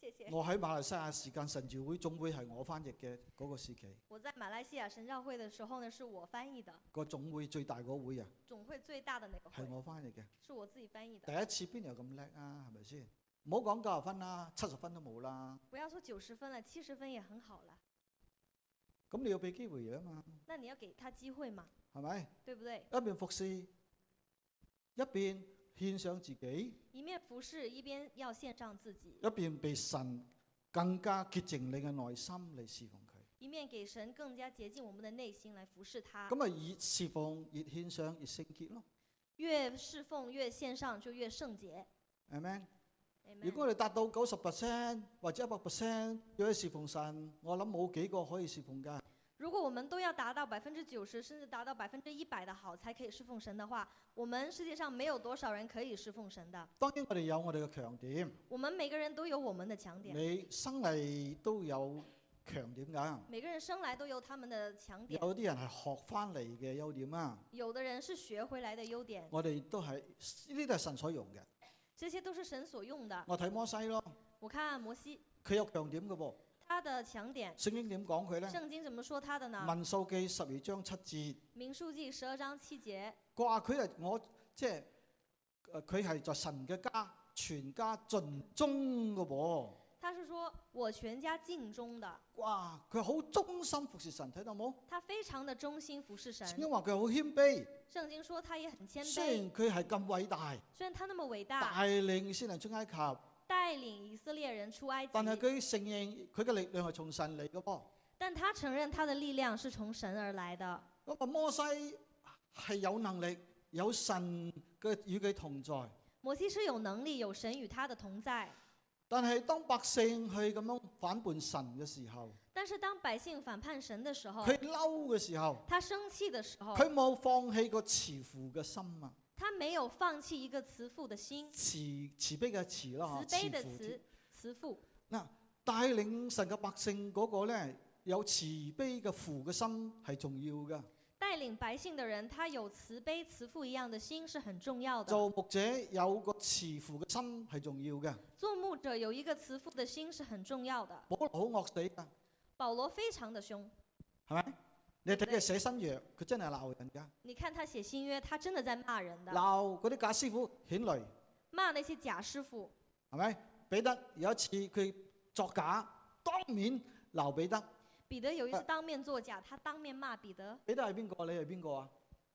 B: 谢谢。
A: 我喺馬來西亞時間神召會總會係我翻譯嘅嗰個時期，
B: 我在馬來西亞神召會的時候呢，是我翻譯的，
A: 個總會最大嗰會啊，
B: 總會最大的那個
A: 係
B: 會，
A: 我翻譯嘅。
B: 是我自己翻譯的。
A: 第一次邊有咁叻啊？係咪先？唔好講九十分啦，七十分都冇啦。
B: 不要說九十分了，七十分也很好了。
A: 咁你要俾機會佢啊嘛，
B: 那你要給他機會嘛，
A: 係咪？
B: 對不對？
A: 一邊服侍，一邊獻上自己，
B: 一面服侍，一邊要獻上自己。
A: 一邊被神更加潔淨你嘅內心嚟侍奉佢。
B: 一面给神更加洁净我们的内心来服侍他。
A: 咁啊，越侍奉越獻上越聖潔咯，
B: 越侍奉越献上，就越圣洁。
A: 係咪？如
B: Amen
A: 果你達到九十 percent 或者一百 percent 要去侍奉神，我諗冇幾個可以侍奉㗎。
B: 如果我们都要达到百分之九十，甚至达到百分之一百的好，才可以侍奉神的话，我们世界上没有多少人可以侍奉神的。
A: 當然我哋有我哋嘅強點，
B: 我们每个人都有我们的强点，
A: 你生嚟都有強點㗎。
B: 每个人生来都有他们的强点。
A: 有啲人係學翻嚟嘅優點啊，
B: 有的人是学回来的优点，
A: 我哋都係呢啲都係神所用嘅。
B: 这些都是神所用的。
A: 我睇摩西咯，
B: 我看摩西，
A: 佢有強點嘅噃。
B: 他的强点，
A: 聖經點講佢呢？
B: 圣经怎么说他的呢？
A: 民數記十二章七節，
B: 民数记十二章七节，
A: 佢話佢係我即係呃佢係在神嘅家全家盡忠嘅噃。
B: 他是说我全家尽忠的。
A: 哇！佢好忠心服侍神，睇到冇？
B: 他非常的忠心服侍
A: 聖
B: 神。
A: 經話佢好謙卑，
B: 圣經說他也很謙
A: 雖
B: 卑，
A: 然佢係咁偉大，
B: 雖然他那麼偉大，
A: 帶領先能出埃及，
B: 帶領以色列人出埃及，
A: 但係佢承認佢嘅力量係從神嚟嘅噃。
B: 但他承認他的力量是從神而來的。
A: 咁啊，摩西係有能力，有神嘅與佢同在。
B: 摩西是有能力，有神與他的同在，
A: 但係當百姓去咁樣反叛神嘅時候，
B: 但是當百姓反叛神的時候，
A: 佢嬲嘅時候，
B: 他生氣的時候，
A: 佢冇放棄個慈父嘅心啊，
B: 他沒有放棄一個慈父的心，
A: 慈慈悲嘅慈啦
B: 慈
A: 嚇，
B: 悲的
A: 慈父
B: 慈，慈父
A: 帶領神嘅百姓嗰個咧有慈悲嘅父嘅心係重要噶。
B: 帶带领百姓的人，他有慈悲、慈父一样的心是很重要的。
A: 做牧者有個慈父嘅心係重要嘅。
B: 做牧者有一个慈父的心是很重要的。
A: 保羅好惡死㗎，
B: 保罗非常的凶，
A: 係咪？你睇佢寫新約，佢真係鬧人㗎，
B: 你看他写新約，他真的在罵人的，
A: 鬧嗰啲假師傅顯雷，
B: 骂那些假师傅。
A: 係咪？彼得有一次佢作假，當面鬧彼得。
B: 彼得有一
A: 呃
B: 次当面作假，他當面罵彼得。
A: 彼得係邊個？你係邊個啊？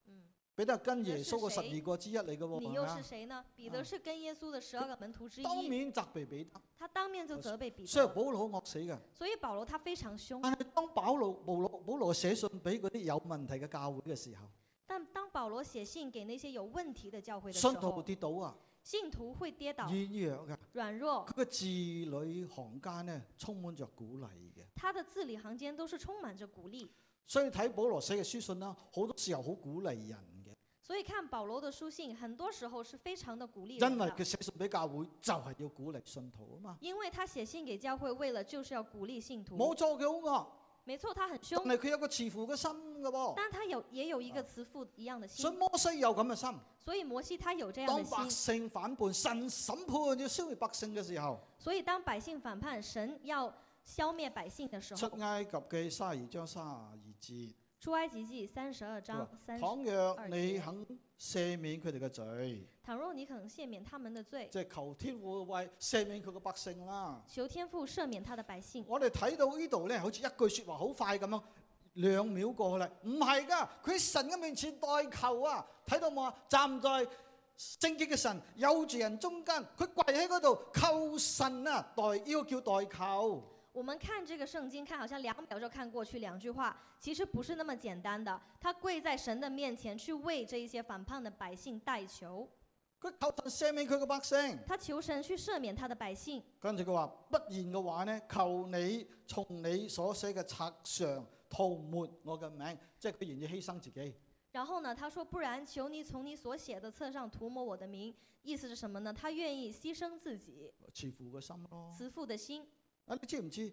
B: 嗯，
A: 彼得係跟耶穌個
B: 你
A: 十
B: 是誰
A: 二個之一嚟嘅喎，
B: 你
A: 係
B: 又
A: 咪
B: 是
A: 啊？
B: 谁呢？彼
A: 啊
B: 得是跟耶稣的十二个门徒之
A: 當
B: 一，
A: 面責備彼得，
B: 他当面就责备彼
A: 所以
B: 得，
A: 保羅好惡死㗎。
B: 所以保罗他非常凶。
A: 但係當保羅保羅保羅寫信俾嗰啲有問題嘅教會嘅時候，
B: 但当保罗写信给那些有问题的教会的时
A: 信徒
B: 候，
A: 跌倒啊，
B: 信徒会跌倒、
A: 軟弱㗎。
B: 软弱，
A: 佢嘅字裏行間咧，充滿着鼓勵嘅。
B: 他的字里行間都是充满着鼓励。
A: 所以睇保羅寫嘅書信啦，好多時候好鼓勵人嘅，
B: 所以看保罗的书信，很多时候是非常的鼓励人啊
A: 因為
B: 的
A: 佢，寫信俾教會就係要鼓勵信徒啊嘛。
B: 因为他写信给教会，为了就是要鼓励信徒。
A: 冇錯，佢好
B: 没错，他很
A: 惡，
B: 凶，
A: 但係佢有個慈父嘅心嘅喎。
B: 但他有也有一个慈父一啊样的
A: 所
B: 心
A: 以，摩西有咁嘅心，
B: 所以摩西他有这样的
A: 當百
B: 心。
A: 姓反叛，神審判要消滅百姓嘅時候，
B: 所以当百姓反叛，神要消灭百姓的时
A: 出
B: 候，
A: 埃及記三十二章三十二節，
B: 出埃及记三十二章三十，
A: 倘若
B: 二
A: 你
B: 節
A: 肯赦免佢哋嘅罪，
B: 倘若你肯赦免他们的罪，
A: 即係求天父為赦免佢嘅百姓啦。
B: 求天父赦免他的百姓。
A: 我哋睇到呢度咧，好似一句説話好快咁樣，兩秒過去啦。唔係㗎，佢喺神嘅面前代求啊！睇到冇啊？站在聖潔嘅神、有住人中間，佢跪喺嗰度求神啊！代呢個叫代求。
B: 我们看这个圣经，看好像两秒就看过去两句话，其实不是那么简单的。他跪在神的面前去为这一些反叛的百姓代求，
A: 佢求神赦免佢嘅百姓，
B: 他求神去赦免他的百姓。
A: 跟住佢話：不然嘅話呢，求你從你所寫嘅冊上塗抹我嘅名，即係佢願意犧牲自己。
B: 然后呢，他说：“不然，求你从你所写的册上涂抹我的名。”意思是什么呢？他愿意牺牲自己，
A: 慈父嘅心咯。
B: 慈父的心。
A: 啊，你知唔知？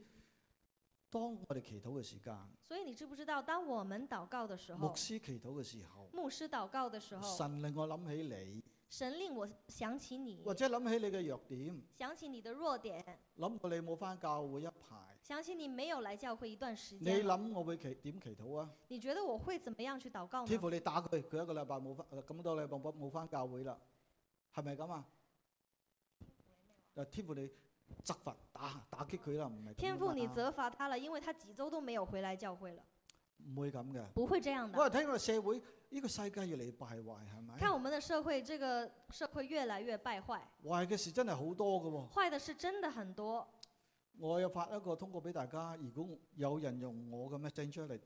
A: 當我哋祈禱嘅時間。
B: 所以你知不知道，当我们祷告的时
A: 牧
B: 候，
A: 師祈禱嘅時候，
B: 牧师祷告的时候，
A: 神令我諗起你，
B: 神令我想起你，
A: 或者諗起你嘅弱點，
B: 想起你的弱点，
A: 諗到你冇翻教會一排，
B: 想起你没有来教会一段时
A: 你
B: 间了。
A: 諗我會祈點祈禱啊？
B: 你覺得我會怎么样去祷告
A: 天
B: 呢？
A: 父你打佢，佢一個禮拜冇翻，咁多禮拜冇冇翻教會啦，係咪咁啊？啊，天父你責罰打打擊佢啦，唔係咁
B: 天
A: 㗎
B: 父，
A: 嘛
B: 你责罚他了，因为他几周都没有回来教会了，
A: 唔會咁嘅。
B: 不会这样的。
A: 我哋睇我哋社會呢個世界越嚟越敗壞，係咪？
B: 看我们的社会，这个社会越来越败坏，
A: 壞嘅事真係好多嘅喎。
B: 坏的事真的很多。
A: 我有發一個通告俾大家，如果有人用我嘅 message 嚟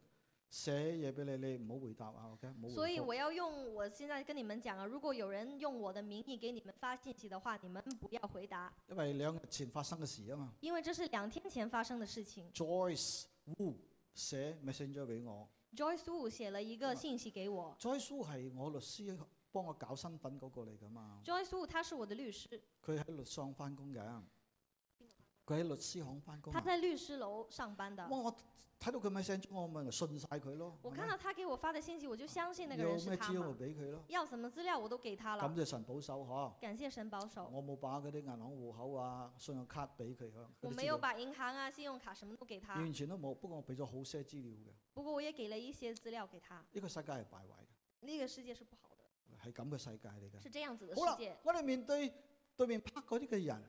A: 寫嘢俾你，你唔好回答啊，OK？唔好
B: 所
A: 回
B: 以
A: 覆。
B: 我要用我现在跟你们讲啊，如果有人用我的名义给你们发信息的话，你们不要回答，
A: 因為兩日前發生嘅事啊嘛。
B: 因为这是两天前发生的事情。
A: Joyce Wu 寫 message 俾我
B: Joyce Wu 写了一
A: 啊
B: 个信息给我
A: ，Joyce Wu 係我律師幫我搞身份嗰個嚟噶嘛。
B: ，Joyce Wu 他是我的律师，
A: 佢喺律師行翻工嘅，佢喺律師行翻工
B: 他
A: 啊。
B: 在律师楼上班的
A: 哇。我睇到佢 message，我咪信晒佢咯。
B: 我
A: 係
B: 看
A: 咪
B: 到他给我发的信息，我就相信那个
A: 有
B: 人是
A: 咩
B: 他
A: 招咪
B: 嘛。
A: 俾佢咯。
B: 要什么资料我都给他
A: 咁
B: 了，
A: 就神保守嗬。
B: 感谢神保守。
A: 我冇把嗰啲銀行户口啊、信用卡俾佢啊，嗰
B: 我
A: 啲
B: 没
A: 資
B: 有
A: 料
B: 把銀行啊、信用卡什么都给他，
A: 完全都冇。不過我俾咗好些資料嘅。
B: 不過我也給了一些資料给他。
A: 呢個世界係敗壞嘅，
B: 那個世界是不好的，
A: 係咁嘅世界嚟嘅。
B: 是這樣子的
A: 好啦
B: 世界。，
A: 我哋面對對面拍嗰啲嘅人，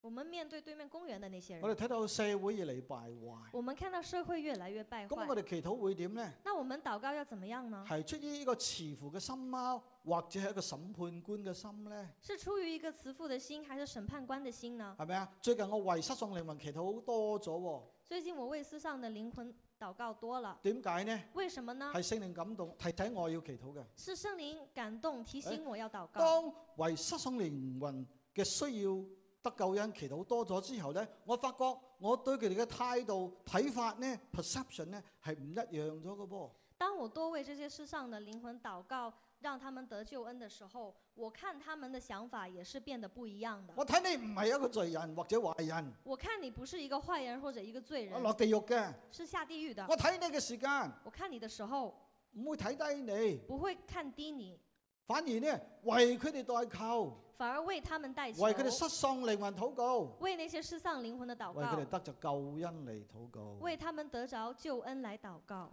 B: 我们面對對面公園的那些
A: 我
B: 人，
A: 哋睇到社會越嚟越敗壞。
B: 我们看到社會越來越敗
A: 咁我
B: 壞，
A: 哋祈禱會點呢？
B: 那我們禱告要怎麼樣呢？
A: 係出於呢個慈父嘅心啊，或者係一個審判官嘅心呢？
B: 是出於一個慈父的心，還是審判官的心呢？
A: 係咪啊？最近我為失喪靈魂祈禱多咗喎，
B: 最近我為世上的靈魂禱告多了，
A: 點解呢？
B: 為什麼呢？
A: 係聖靈感動提醒我要祈禱嘅。
B: 是聖靈感動提醒我要禱告。
A: 當為失喪靈魂嘅需要得救恩祈禱多咗之後呢，我發覺我對佢哋嘅態度、睇法呢 perception 呢係唔一樣咗嘅噃。
B: 當我多為這些世上的靈魂禱告，讓他們得救恩的時候，我看他們的想法也是變得不一樣的。
A: 我睇你唔係一個罪人或者壞人，
B: 我看你不是一個壞人或者一個罪
A: 我
B: 人，
A: 落地獄嘅。
B: 是下地獄的。
A: 我睇你嘅時間，
B: 我看你的時候，
A: 唔會睇低你，
B: 不会看低你，
A: 反而呢為佢哋代求，
B: 反而为他们代求，
A: 為佢哋失喪靈魂禱告，
B: 为那些失丧灵魂的祷
A: 為佢
B: 告
A: 哋，得着救恩嚟禱告。
B: 为他们得着救恩来祷告。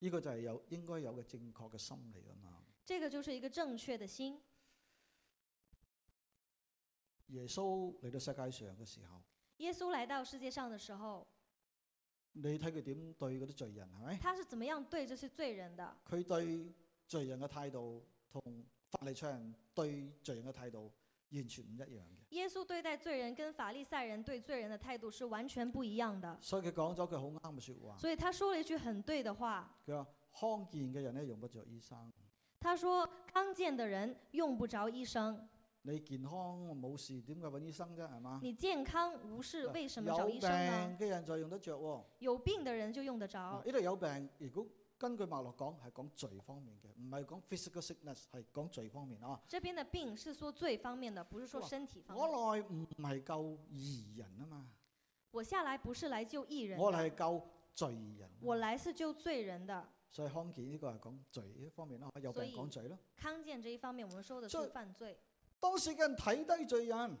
A: 呢個就係有應該有嘅正確嘅心理啊嘛。
B: 这个就是一个正确的心。
A: 耶穌嚟到世界上嘅時候，
B: 耶稣来到世界上的时候，
A: 你睇佢點對嗰啲罪人係咪？
B: 他是怎么样对这些罪人的？
A: 佢對罪人嘅態度同法利賽人對罪人嘅態度完全唔一樣嘅，
B: 耶稣对待罪人跟法利赛人对罪人的态度是完全不一样的。
A: 所以佢講咗句好啱嘅说話。
B: 所以他说了一句很对的话，
A: 佢話：康健嘅人咧用不着醫生，
B: 他说：“康健的人用不着医生，
A: 你健康冇事點解揾醫生啫？係嘛？
B: 你健康无事，
A: 嗱
B: 为什么
A: 有
B: 找
A: 病
B: 医生呢？
A: 嘅人就用得着喎。
B: 有病的人就用得着
A: 嗱。呢度有病，如果根據脈絡講係講罪方面嘅，唔係講 physical sickness，係講罪方面啊。
B: 这边的病是说罪方面的，不是说
A: 哇
B: 身体方面。
A: 我來唔係救義人啊嘛，
B: 我下来不是来救义人
A: 我
B: 的，
A: 嚟救罪人啊嘛。
B: 我来是救罪人的。
A: 所以康健呢個係講罪呢方面啦，有病
B: 所以
A: 講罪咯。
B: 康健这一方面，我们说的
A: 这
B: 是犯罪。
A: 當時嘅人睇低罪人，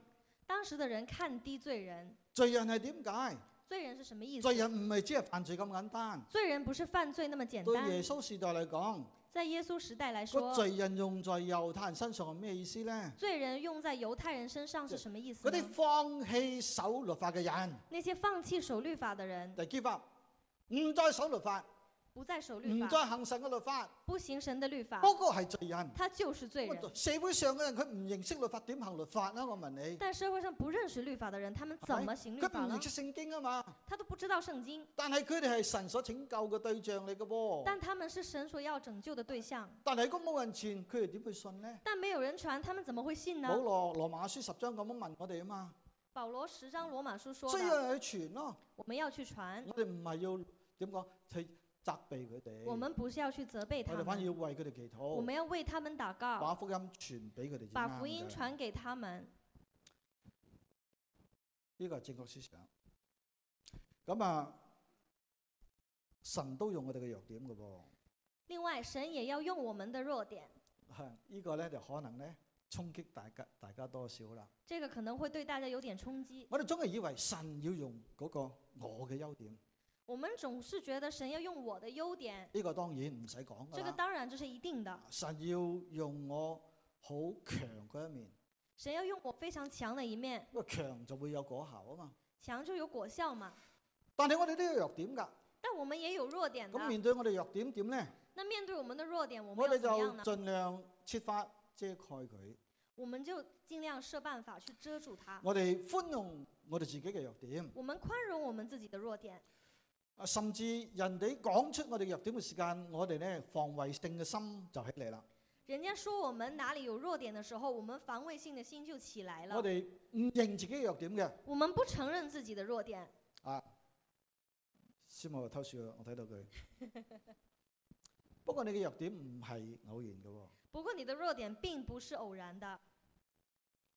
B: 当时的人看低罪人，
A: 罪人係點解？
B: 罪人是什么意思？
A: 罪人唔係只係犯罪咁簡單。
B: 罪人不是犯罪那么简
A: 對耶
B: 单。
A: 穌時代嚟講，
B: 在耶稣时代来
A: 個
B: 说，
A: 罪人用在猶太人身上係咩意思呢？
B: 罪人用在犹太人身上是
A: 对
B: 什么意思
A: 嗰啲
B: 呢？
A: 放棄守律法嘅人，
B: 那些放弃守律法的人，
A: 就 give up，唔再守律法，
B: 不再守律
A: 唔
B: 法，
A: 再行神嘅律法，
B: 不行神的律法，
A: 嗰個係罪人。
B: 他就是罪人。
A: 社會上嘅人佢唔認識律法點行律法啦？我問你，
B: 但社会上不认识律法的人，他们怎么行律
A: 佢
B: 法
A: 唔
B: 呢
A: 認？識聖經啊嘛，
B: 他都不知道圣经，
A: 但係佢哋係神所拯救嘅對象嚟嘅噃。
B: 但他们是神所要拯救的对象。
A: 但係如果冇人傳，佢哋點去信呢？
B: 但没有人传，他们怎么会信
A: 保
B: 呢？
A: 羅羅馬書十章咁樣問我哋啊嘛，
B: 保罗十章罗马书说
A: 所以
B: 的，
A: 有人去傳咯。
B: 我们要去传，
A: 我哋唔係要點講去責備佢哋，
B: 我们不是要去责备
A: 我
B: 他
A: 哋反而
B: 们，
A: 要為佢哋祈
B: 我
A: 禱，
B: 们要为他们祷告，
A: 把福音傳俾佢哋先
B: 把
A: 啱
B: 福音
A: 嘅
B: 传给他们。
A: 呢個係正確思想。咁啊，神都用我哋嘅弱點嘅噃，
B: 另外，神也要用我们的弱点，
A: 呢個咧就可能咧衝擊大家大家多少啦。
B: 这个可能會對大家有點衝擊。
A: 我哋總係以為神要用嗰個我嘅優點，呢、
B: 我們总是覺得神要用我的優點，
A: 個當然唔使講
B: 这
A: 㗎
B: 个
A: 啦。
B: 当然这是一定的。
A: 神要用我好強嗰一面，
B: 神要用我非常強的一面，
A: 因為強就會有果效啊嘛。
B: 強就有果效嘛。
A: 但係我哋都有弱點㗎，
B: 但我們也有弱點
A: 咁
B: 的。
A: 面對我哋弱點點咧？
B: 那面對我們的弱點，我
A: 我
B: 們要
A: 哋
B: 怎么样呢？
A: 就盡量設法遮蓋佢，
B: 我們就尽量设办法去遮住它。
A: 我哋寬容我哋自己嘅弱點。
B: 我們宽容我們自己的弱點，
A: 啊，甚至人哋講出我哋弱點嘅時間，我哋咧防衞性嘅心就起嚟啦。
B: 人家说我们哪里有弱點的時候，我們防卫性的心就起來
A: 我
B: 了。
A: 哋唔認自己嘅弱點嘅。
B: 我們不承認自己的弱點。
A: 師母又偷笑啦，我睇到佢。不過你嘅弱點唔係偶然嘅喎、
B: 不過你的弱點並不是偶然的，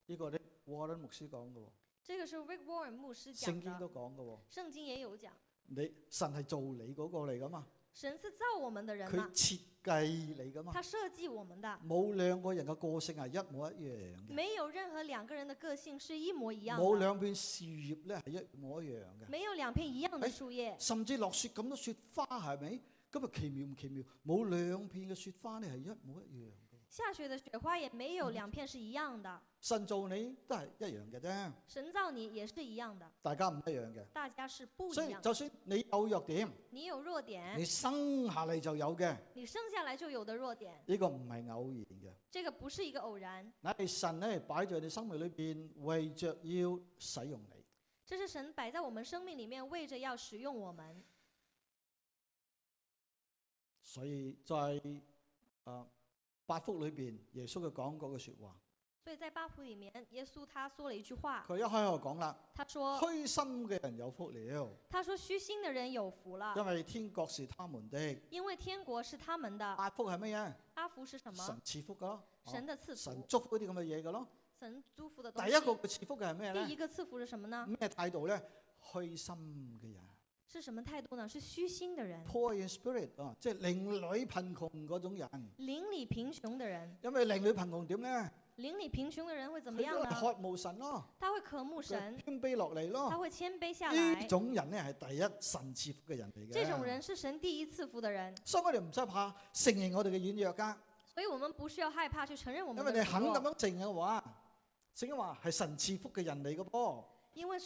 A: 呢、個咧 Warren 牧師講嘅喎，
B: 这个是 Rick Warren 牧师
A: 聖
B: 讲
A: 經
B: 的，
A: 都講嘅喎。
B: 圣經也有讲，
A: 你神係做你嗰個嚟噶嘛，
B: 神是造我们的人
A: 佢
B: 嘛，
A: 設計你噶嘛，
B: 他設計我们的，
A: 冇兩個人嘅個性係一模一樣嘅，
B: 沒有任何兩個人的個性是一模一樣
A: 冇
B: 的，
A: 兩片樹葉咧係一模一樣嘅。
B: 沒有兩片一樣的
A: 哎
B: 樹葉，
A: 甚至落雪咁多雪花係咪？咁啊奇妙唔奇妙？冇兩片嘅雪花咧係一模一樣嘅。
B: 下雪的雪花也沒
A: 嗯
B: 有兩片是一樣的，
A: 神造你都係一樣嘅啫，
B: 神造你也是一樣的，
A: 大家唔一樣嘅。
B: 大家是不一
A: 所以
B: 樣的。
A: 就算你有弱點，
B: 你有弱點
A: 你，生下嚟就有嘅，
B: 你生下來就有的弱點，
A: 呢、個唔係偶然嘅。
B: 這個不是一個偶然，
A: 乃係神咧擺在你生命裏邊，為着要使用你。
B: 這是神擺在我們生命裡面，為着要使用我們。
A: 所以在誒、呃八福裏邊，耶穌佢講嗰句説話，
B: 所以在八福裡面，耶穌他說了一句話，
A: 佢一開口講啦：
B: 他說。
A: 虛心嘅人有福了，
B: 他说：“虚心的人有福了，
A: 因為天國是他們的。
B: 因为天国是他们的。
A: 八福係乜嘢？”
B: 八福是什么
A: 啊神？賜福嘅咯，
B: 啊神的赐
A: 哦神
B: 福，
A: 祝福嗰啲咁嘅嘢嘅咯。
B: 神祝福的
A: 第
B: 东
A: 一
B: 西。
A: 個佢賜福嘅係咩
B: 第一
A: 咧？
B: 个赐福是什么呢？
A: 咩態度咧？虛心嘅人，
B: 是什么态度呢？是虚心的人，
A: poor in spirit 啊，即係靈裏貧窮嗰種人。
B: 邻里贫穷的人，
A: 因為靈裏貧窮點咧？
B: 邻里贫穷的人会怎么啊
A: 佢
B: 样
A: 都
B: 呢
A: 係？渴慕神咯，
B: 他会渴慕
A: 佢
B: 神，
A: 謙卑落嚟
B: 他
A: 咯。
B: 会谦卑下
A: 呢
B: 来。
A: 種人咧係第一神賜福嘅人嚟嘅。
B: 这种人是神第一赐福的人，
A: 所以我哋唔使怕承認我哋嘅軟弱噶，
B: 所以我们不需要害怕去承认我
A: 因
B: 们
A: 為
B: 的
A: 你肯
B: 软
A: 咁
B: 弱，
A: 樣承認嘅話，聖經話係神賜福嘅人嚟嘅噃。
B: 因为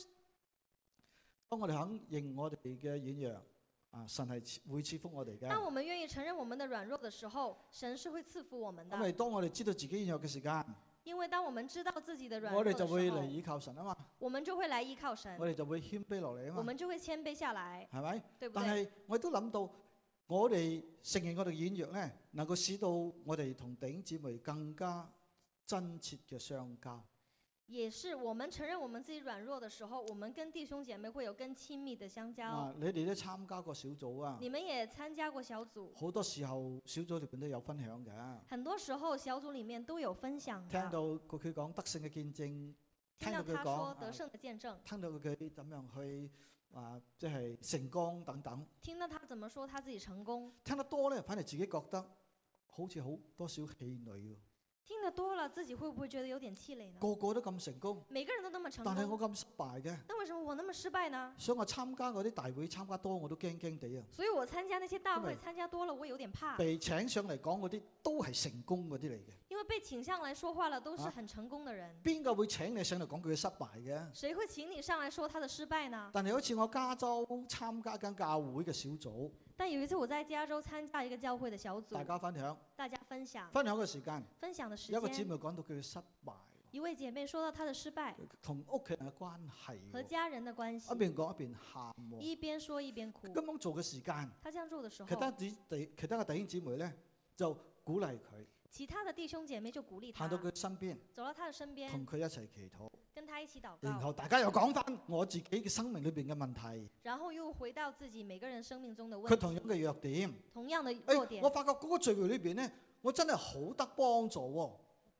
A: 當我哋肯認我哋嘅軟弱，啊，神係會賜福我哋
B: 当
A: 嘅。
B: 我们愿意承认我们的软弱的时候，神是会赐福我们
A: 因為
B: 的。
A: 當我哋知道自己軟弱嘅時間，
B: 因为当我们知道自己的软弱
A: 我
B: 的
A: 哋
B: 时
A: 就
B: 候，
A: 會嚟依靠神啊嘛，
B: 我们就会来依靠神
A: 我，哋就會謙卑落嚟啊嘛，
B: 我们就会谦卑下来，
A: 係咪？
B: 对不
A: 但
B: 对？
A: 係我亦都諗到，我哋承認我哋嘅軟弱咧，能夠使到我哋同弟兄姊妹更加真切嘅相交。
B: 也是我们承认我们自己软弱的时候，我们跟弟兄姐妹会有更亲密的相交。
A: 啊，你哋都參加過小組啊，
B: 你们也參加过小组，
A: 好多時候小組裏邊都有分享嘅。
B: 很多时候小组里面都有分享
A: 聽到
B: 的。
A: 佢佢講德性嘅見證，聽
B: 听到
A: 到
B: 他
A: 佢講
B: 说
A: 啊
B: 得胜的見證，
A: 聽到佢點樣去啊，即係成功等等。
B: 聽到他怎么说他自己成功，
A: 聽得多咧，反而自己覺得好似好多少氣馁喎。
B: 听得多了自己会不会觉得有点气馁呢？
A: 個個都咁成功，
B: 每个人都那么嗯成
A: 但係我
B: 功，
A: 咁失敗嘅，
B: 那为什么我那么失敗呢？
A: 所以我參加嗰啲大會參加多我都驚驚地啊。
B: 所以我参加那些大
A: 因
B: 会
A: 为
B: 参加多了，我有点怕，
A: 被請上嚟講嗰啲都係成功嗰啲嚟嘅，
B: 因为被请上來说话了都是
A: 啊
B: 很成功的人，
A: 邊個會請你上嚟講佢嘅失敗嘅？
B: 谁会请你上来说他的失敗呢？
A: 但係好似我加州參加間教會嘅小組，
B: 但有一次我在加州参加一个教会的小组
A: 大，家分享
B: 大家分享
A: 分享嘅時間，
B: 分享的啊时
A: 有一個姊
B: 间，
A: 妹講到佢嘅失敗，
B: 一位姐妹说到她的失敗
A: 同屋企人嘅關係
B: 和
A: 喎，
B: 家人的关系
A: 一，邊講一邊喊喎。
B: 一边说一边哭。
A: 咁樣做嘅時間，
B: 她这样做的时
A: 其他
B: 候，
A: 姊弟其他嘅弟兄姊妹咧就鼓勵佢
B: 其他的弟兄姐妹就鼓励她
A: 行，到佢身邊，
B: 走到她的身
A: 同嗯
B: 边，
A: 佢一齊祈禱，
B: 跟她一起祷
A: 然
B: 告，
A: 後大家又講翻我自己嘅生命裏邊嘅問題，
B: 然后又回到自己每个人生命中的
A: 佢
B: 问
A: 同樣
B: 题，
A: 嘅弱點。
B: 同样的弱
A: 誒，
B: 点
A: 我。發覺嗰個聚會裏邊咧，我真係好得幫助喎、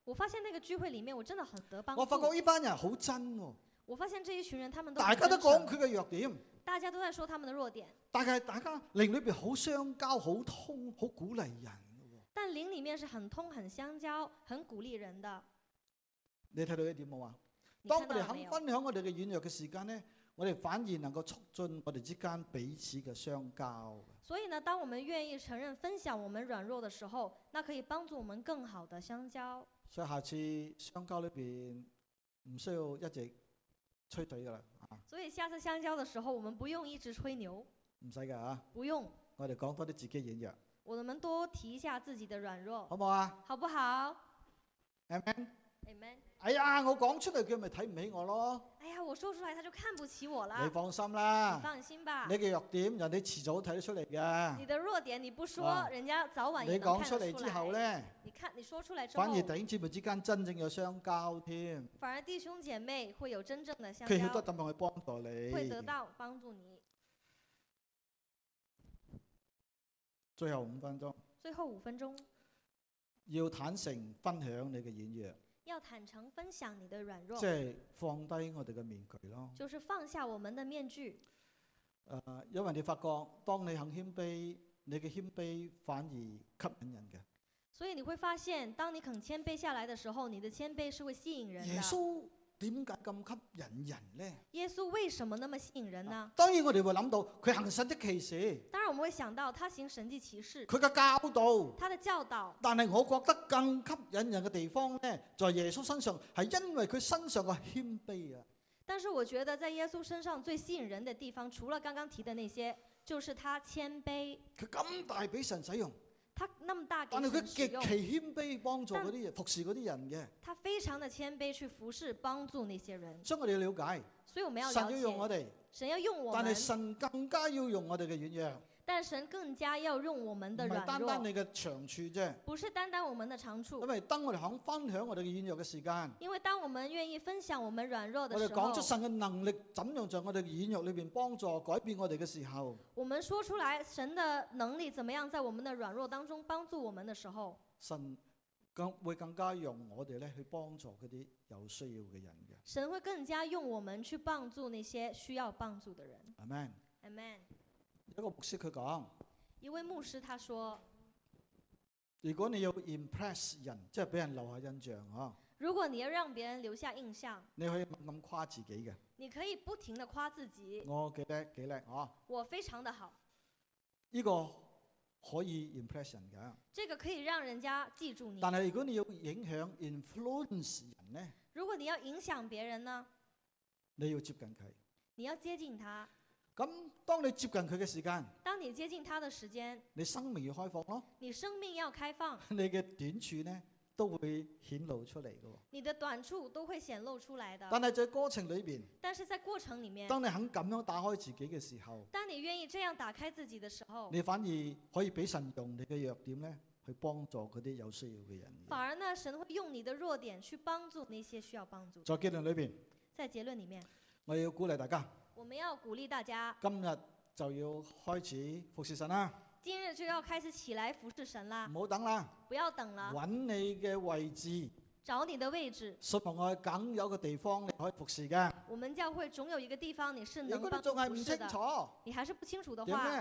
B: 我发现那个聚会里面，我真的很得帮
A: 我發
B: 助。
A: 覺呢班人好真喎、
B: 我发現这一群人，他们都
A: 大
B: 很
A: 家都
B: 真
A: 講
B: 誠
A: 佢嘅弱點，
B: 大家都在說他们的弱點，
A: 但係大家靈裏邊好相交、好通、好鼓勵人喎、
B: 但靈里面是很通、很相交、很鼓勵人的。
A: 你睇到一點冇啊？
B: 你
A: 當
B: 看
A: 我哋
B: 到了
A: 肯
B: 沒有？
A: 分享我哋嘅軟弱嘅時間咧，我哋反而能夠促進我哋之間彼此嘅相交。
B: 所以呢，当我们願意承認、分享我們軟弱的時候，那可以幫助我們更好的相交。
A: 所以下次相交裏邊唔需要一直吹水噶啦，啊，
B: 所以下次相交的时候，我們不用一直吹牛，
A: 唔使噶啊，
B: 不用，
A: 我哋講多啲自己軟弱，
B: 我們多提一下自己的軟弱，
A: 好唔好啊？
B: 好不好
A: 係咪？
B: ？Amen。
A: 哎呀，我講出嚟佢咪睇唔起我咯。
B: 哎呀，我說出來他就看不起我
A: 你
B: 了，
A: 放心
B: 你
A: 啦，
B: 放心吧
A: 你。嘅弱點人哋遲早睇得出嚟嘅
B: 你。的弱點你不說
A: 啊，
B: 人家早晚
A: 你
B: 也能
A: 講
B: 看
A: 出
B: 得
A: 嚟
B: 出
A: 之後
B: 來。
A: 咧，
B: 你看你說出來之
A: 反
B: 後
A: 而，弟兄姊妹之間真正有相交添，
B: 反而弟兄姐妹會有真正的相
A: 佢曉得
B: 交，
A: 點樣去幫助
B: 会得
A: 你。
B: 到帮助你。
A: 最後五分鐘，
B: 最后五分钟，
A: 要坦誠分享你嘅軟弱，
B: 要坦誠分享你的軟弱
A: 即，係放低我哋嘅面具咯。
B: 就是放下我們的面具。
A: 誒、因為你發覺，當你肯謙卑，你嘅謙卑反而吸引人嘅。
B: 所以你會發現，當你肯謙卑下來的時候，你的謙卑是會吸引人
A: 耶
B: 的。
A: 穌點解咁吸引人呢？
B: 耶穌為什么那麼吸引人呢？
A: 當然我哋會諗到佢行神的奇事，
B: 当然我們會想到他行神迹奇事，
A: 佢嘅教導。
B: 他的教導。
A: 但係我覺得更吸引人嘅地方呢，在耶穌身上係因為佢身上嘅謙卑啊！
B: 但是我覺得在耶穌身上最吸引人的地方，除了剛剛提的那些，就是他謙卑，
A: 佢咁大俾神使用，
B: 他那麼大給
A: 但係佢
B: 神
A: 極
B: 使用，
A: 其謙卑幫助嗰啲人服侍嗰啲人嘅，
B: 他非常的謙卑去服侍幫助那些人。
A: 所以我哋要了解
B: 所以我們要
A: 神
B: 了
A: 要用我
B: 解，
A: 哋，
B: 神要用我
A: 但係
B: 們。
A: 神更加要用我哋嘅軟弱，
B: 但神更加要用我
A: 唔
B: 们的
A: 係
B: 软
A: 單單
B: 弱，
A: 你嘅長處啫。
B: 不是单单我们的长
A: 因
B: 处。
A: 為當我哋肯分享我哋嘅軟弱嘅時間，
B: 因为當我们願意分享我们软弱
A: 我
B: 的
A: 哋
B: 时候
A: 講出，神嘅能力怎樣在我哋嘅軟弱裏邊幫助改變我哋嘅時候，
B: 我们说出来神的能力怎么样在我们的软弱当中幫助我们的时候，
A: 神更會更加用我哋咧去幫助嗰啲有需要嘅人嘅。
B: 神会更加用我们去幫助那些需要幫助的人。
A: Amen.
B: Amen。
A: 有一個牧師佢講：
B: 一位牧师他说，
A: 如果你要 impress 人，即係俾人留下印象啊，
B: 如果你要让别人留下印象，
A: 你可以咁誇自己嘅，
B: 你可以不停的夸自己，
A: 我幾叻幾叻啊！
B: 我非常的好，
A: 呢、個可以 impress 人嘅。
B: 这个可以让人家记住你。
A: 但係如果你要影響 influence 人呢，
B: 如果你要影响别人呢，
A: 你要接近佢。
B: 你要接近他。
A: 咁當你接近佢嘅時間，
B: 当你接近他的时间，
A: 你生命要開放咯，
B: 你生命要开放，
A: 你嘅短處呢都會顯露出嚟嘅喎。
B: 你的短处都会显露出来的。
A: 但係在過程裏邊，
B: 但是在过程里面，
A: 當你肯咁樣打開自己嘅時候，
B: 当你愿意这样打开自己的时候，
A: 你反而可以俾神用你嘅弱點呢去幫助嗰啲有需要嘅人嘅。
B: 反而呢，神会用你的弱点去幫助那些需要帮助的。
A: 在結論裏邊，
B: 在结论里面，
A: 我要鼓勵大家，
B: 我们要鼓励大家，
A: 今日就要開始服侍神啦，
B: 今日就要开始起来服侍神啦
A: 唔，好等啦，
B: 不要等了，
A: 揾你嘅位置。
B: 找你的位置。
A: 信望愛梗有個地方你可以服侍嘅。
B: 我们教会总有一个地方你是
A: 如
B: 能
A: 果
B: 帮
A: 你仲係
B: 助
A: 唔
B: 服
A: 清
B: 侍的。
A: 楚，
B: 你还是不清楚的
A: 點
B: 话，
A: 呢？
B: 怎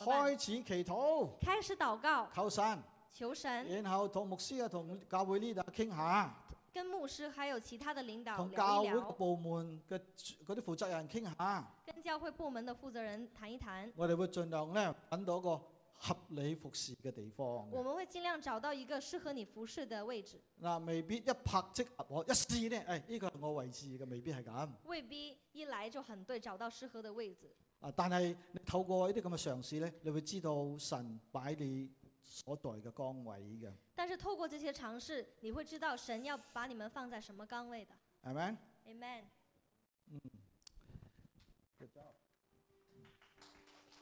B: 麼辦
A: 開始祈禱，
B: 开始祷告，
A: 求神，
B: 求神，
A: 然後同牧師啊、同教會 leader 傾下，
B: 跟牧师还有其他的领导
A: 同教
B: 聊一
A: 會個
B: 聊，
A: 部門嘅嗰啲負責人傾下，
B: 跟教会部门的负责人谈一谈。
A: 我哋會盡量咧揾到一個合理服侍嘅地方嘅。
B: 我们会尽量找到一个适合你服侍的位置，
A: 嗱，未必一拍即合，我一試呢，誒、呢個係我位置嘅，未必係咁。
B: 未必一来就很对，找到適合的位置。
A: 啊，但係你透過呢啲咁嘅嘗試咧，你會知道神擺你所在嘅崗位嘅，
B: 但是透过这些尝试，你会知道神要把你们放在什么岗位的。
A: 係咪？
B: Amen。
A: Good job.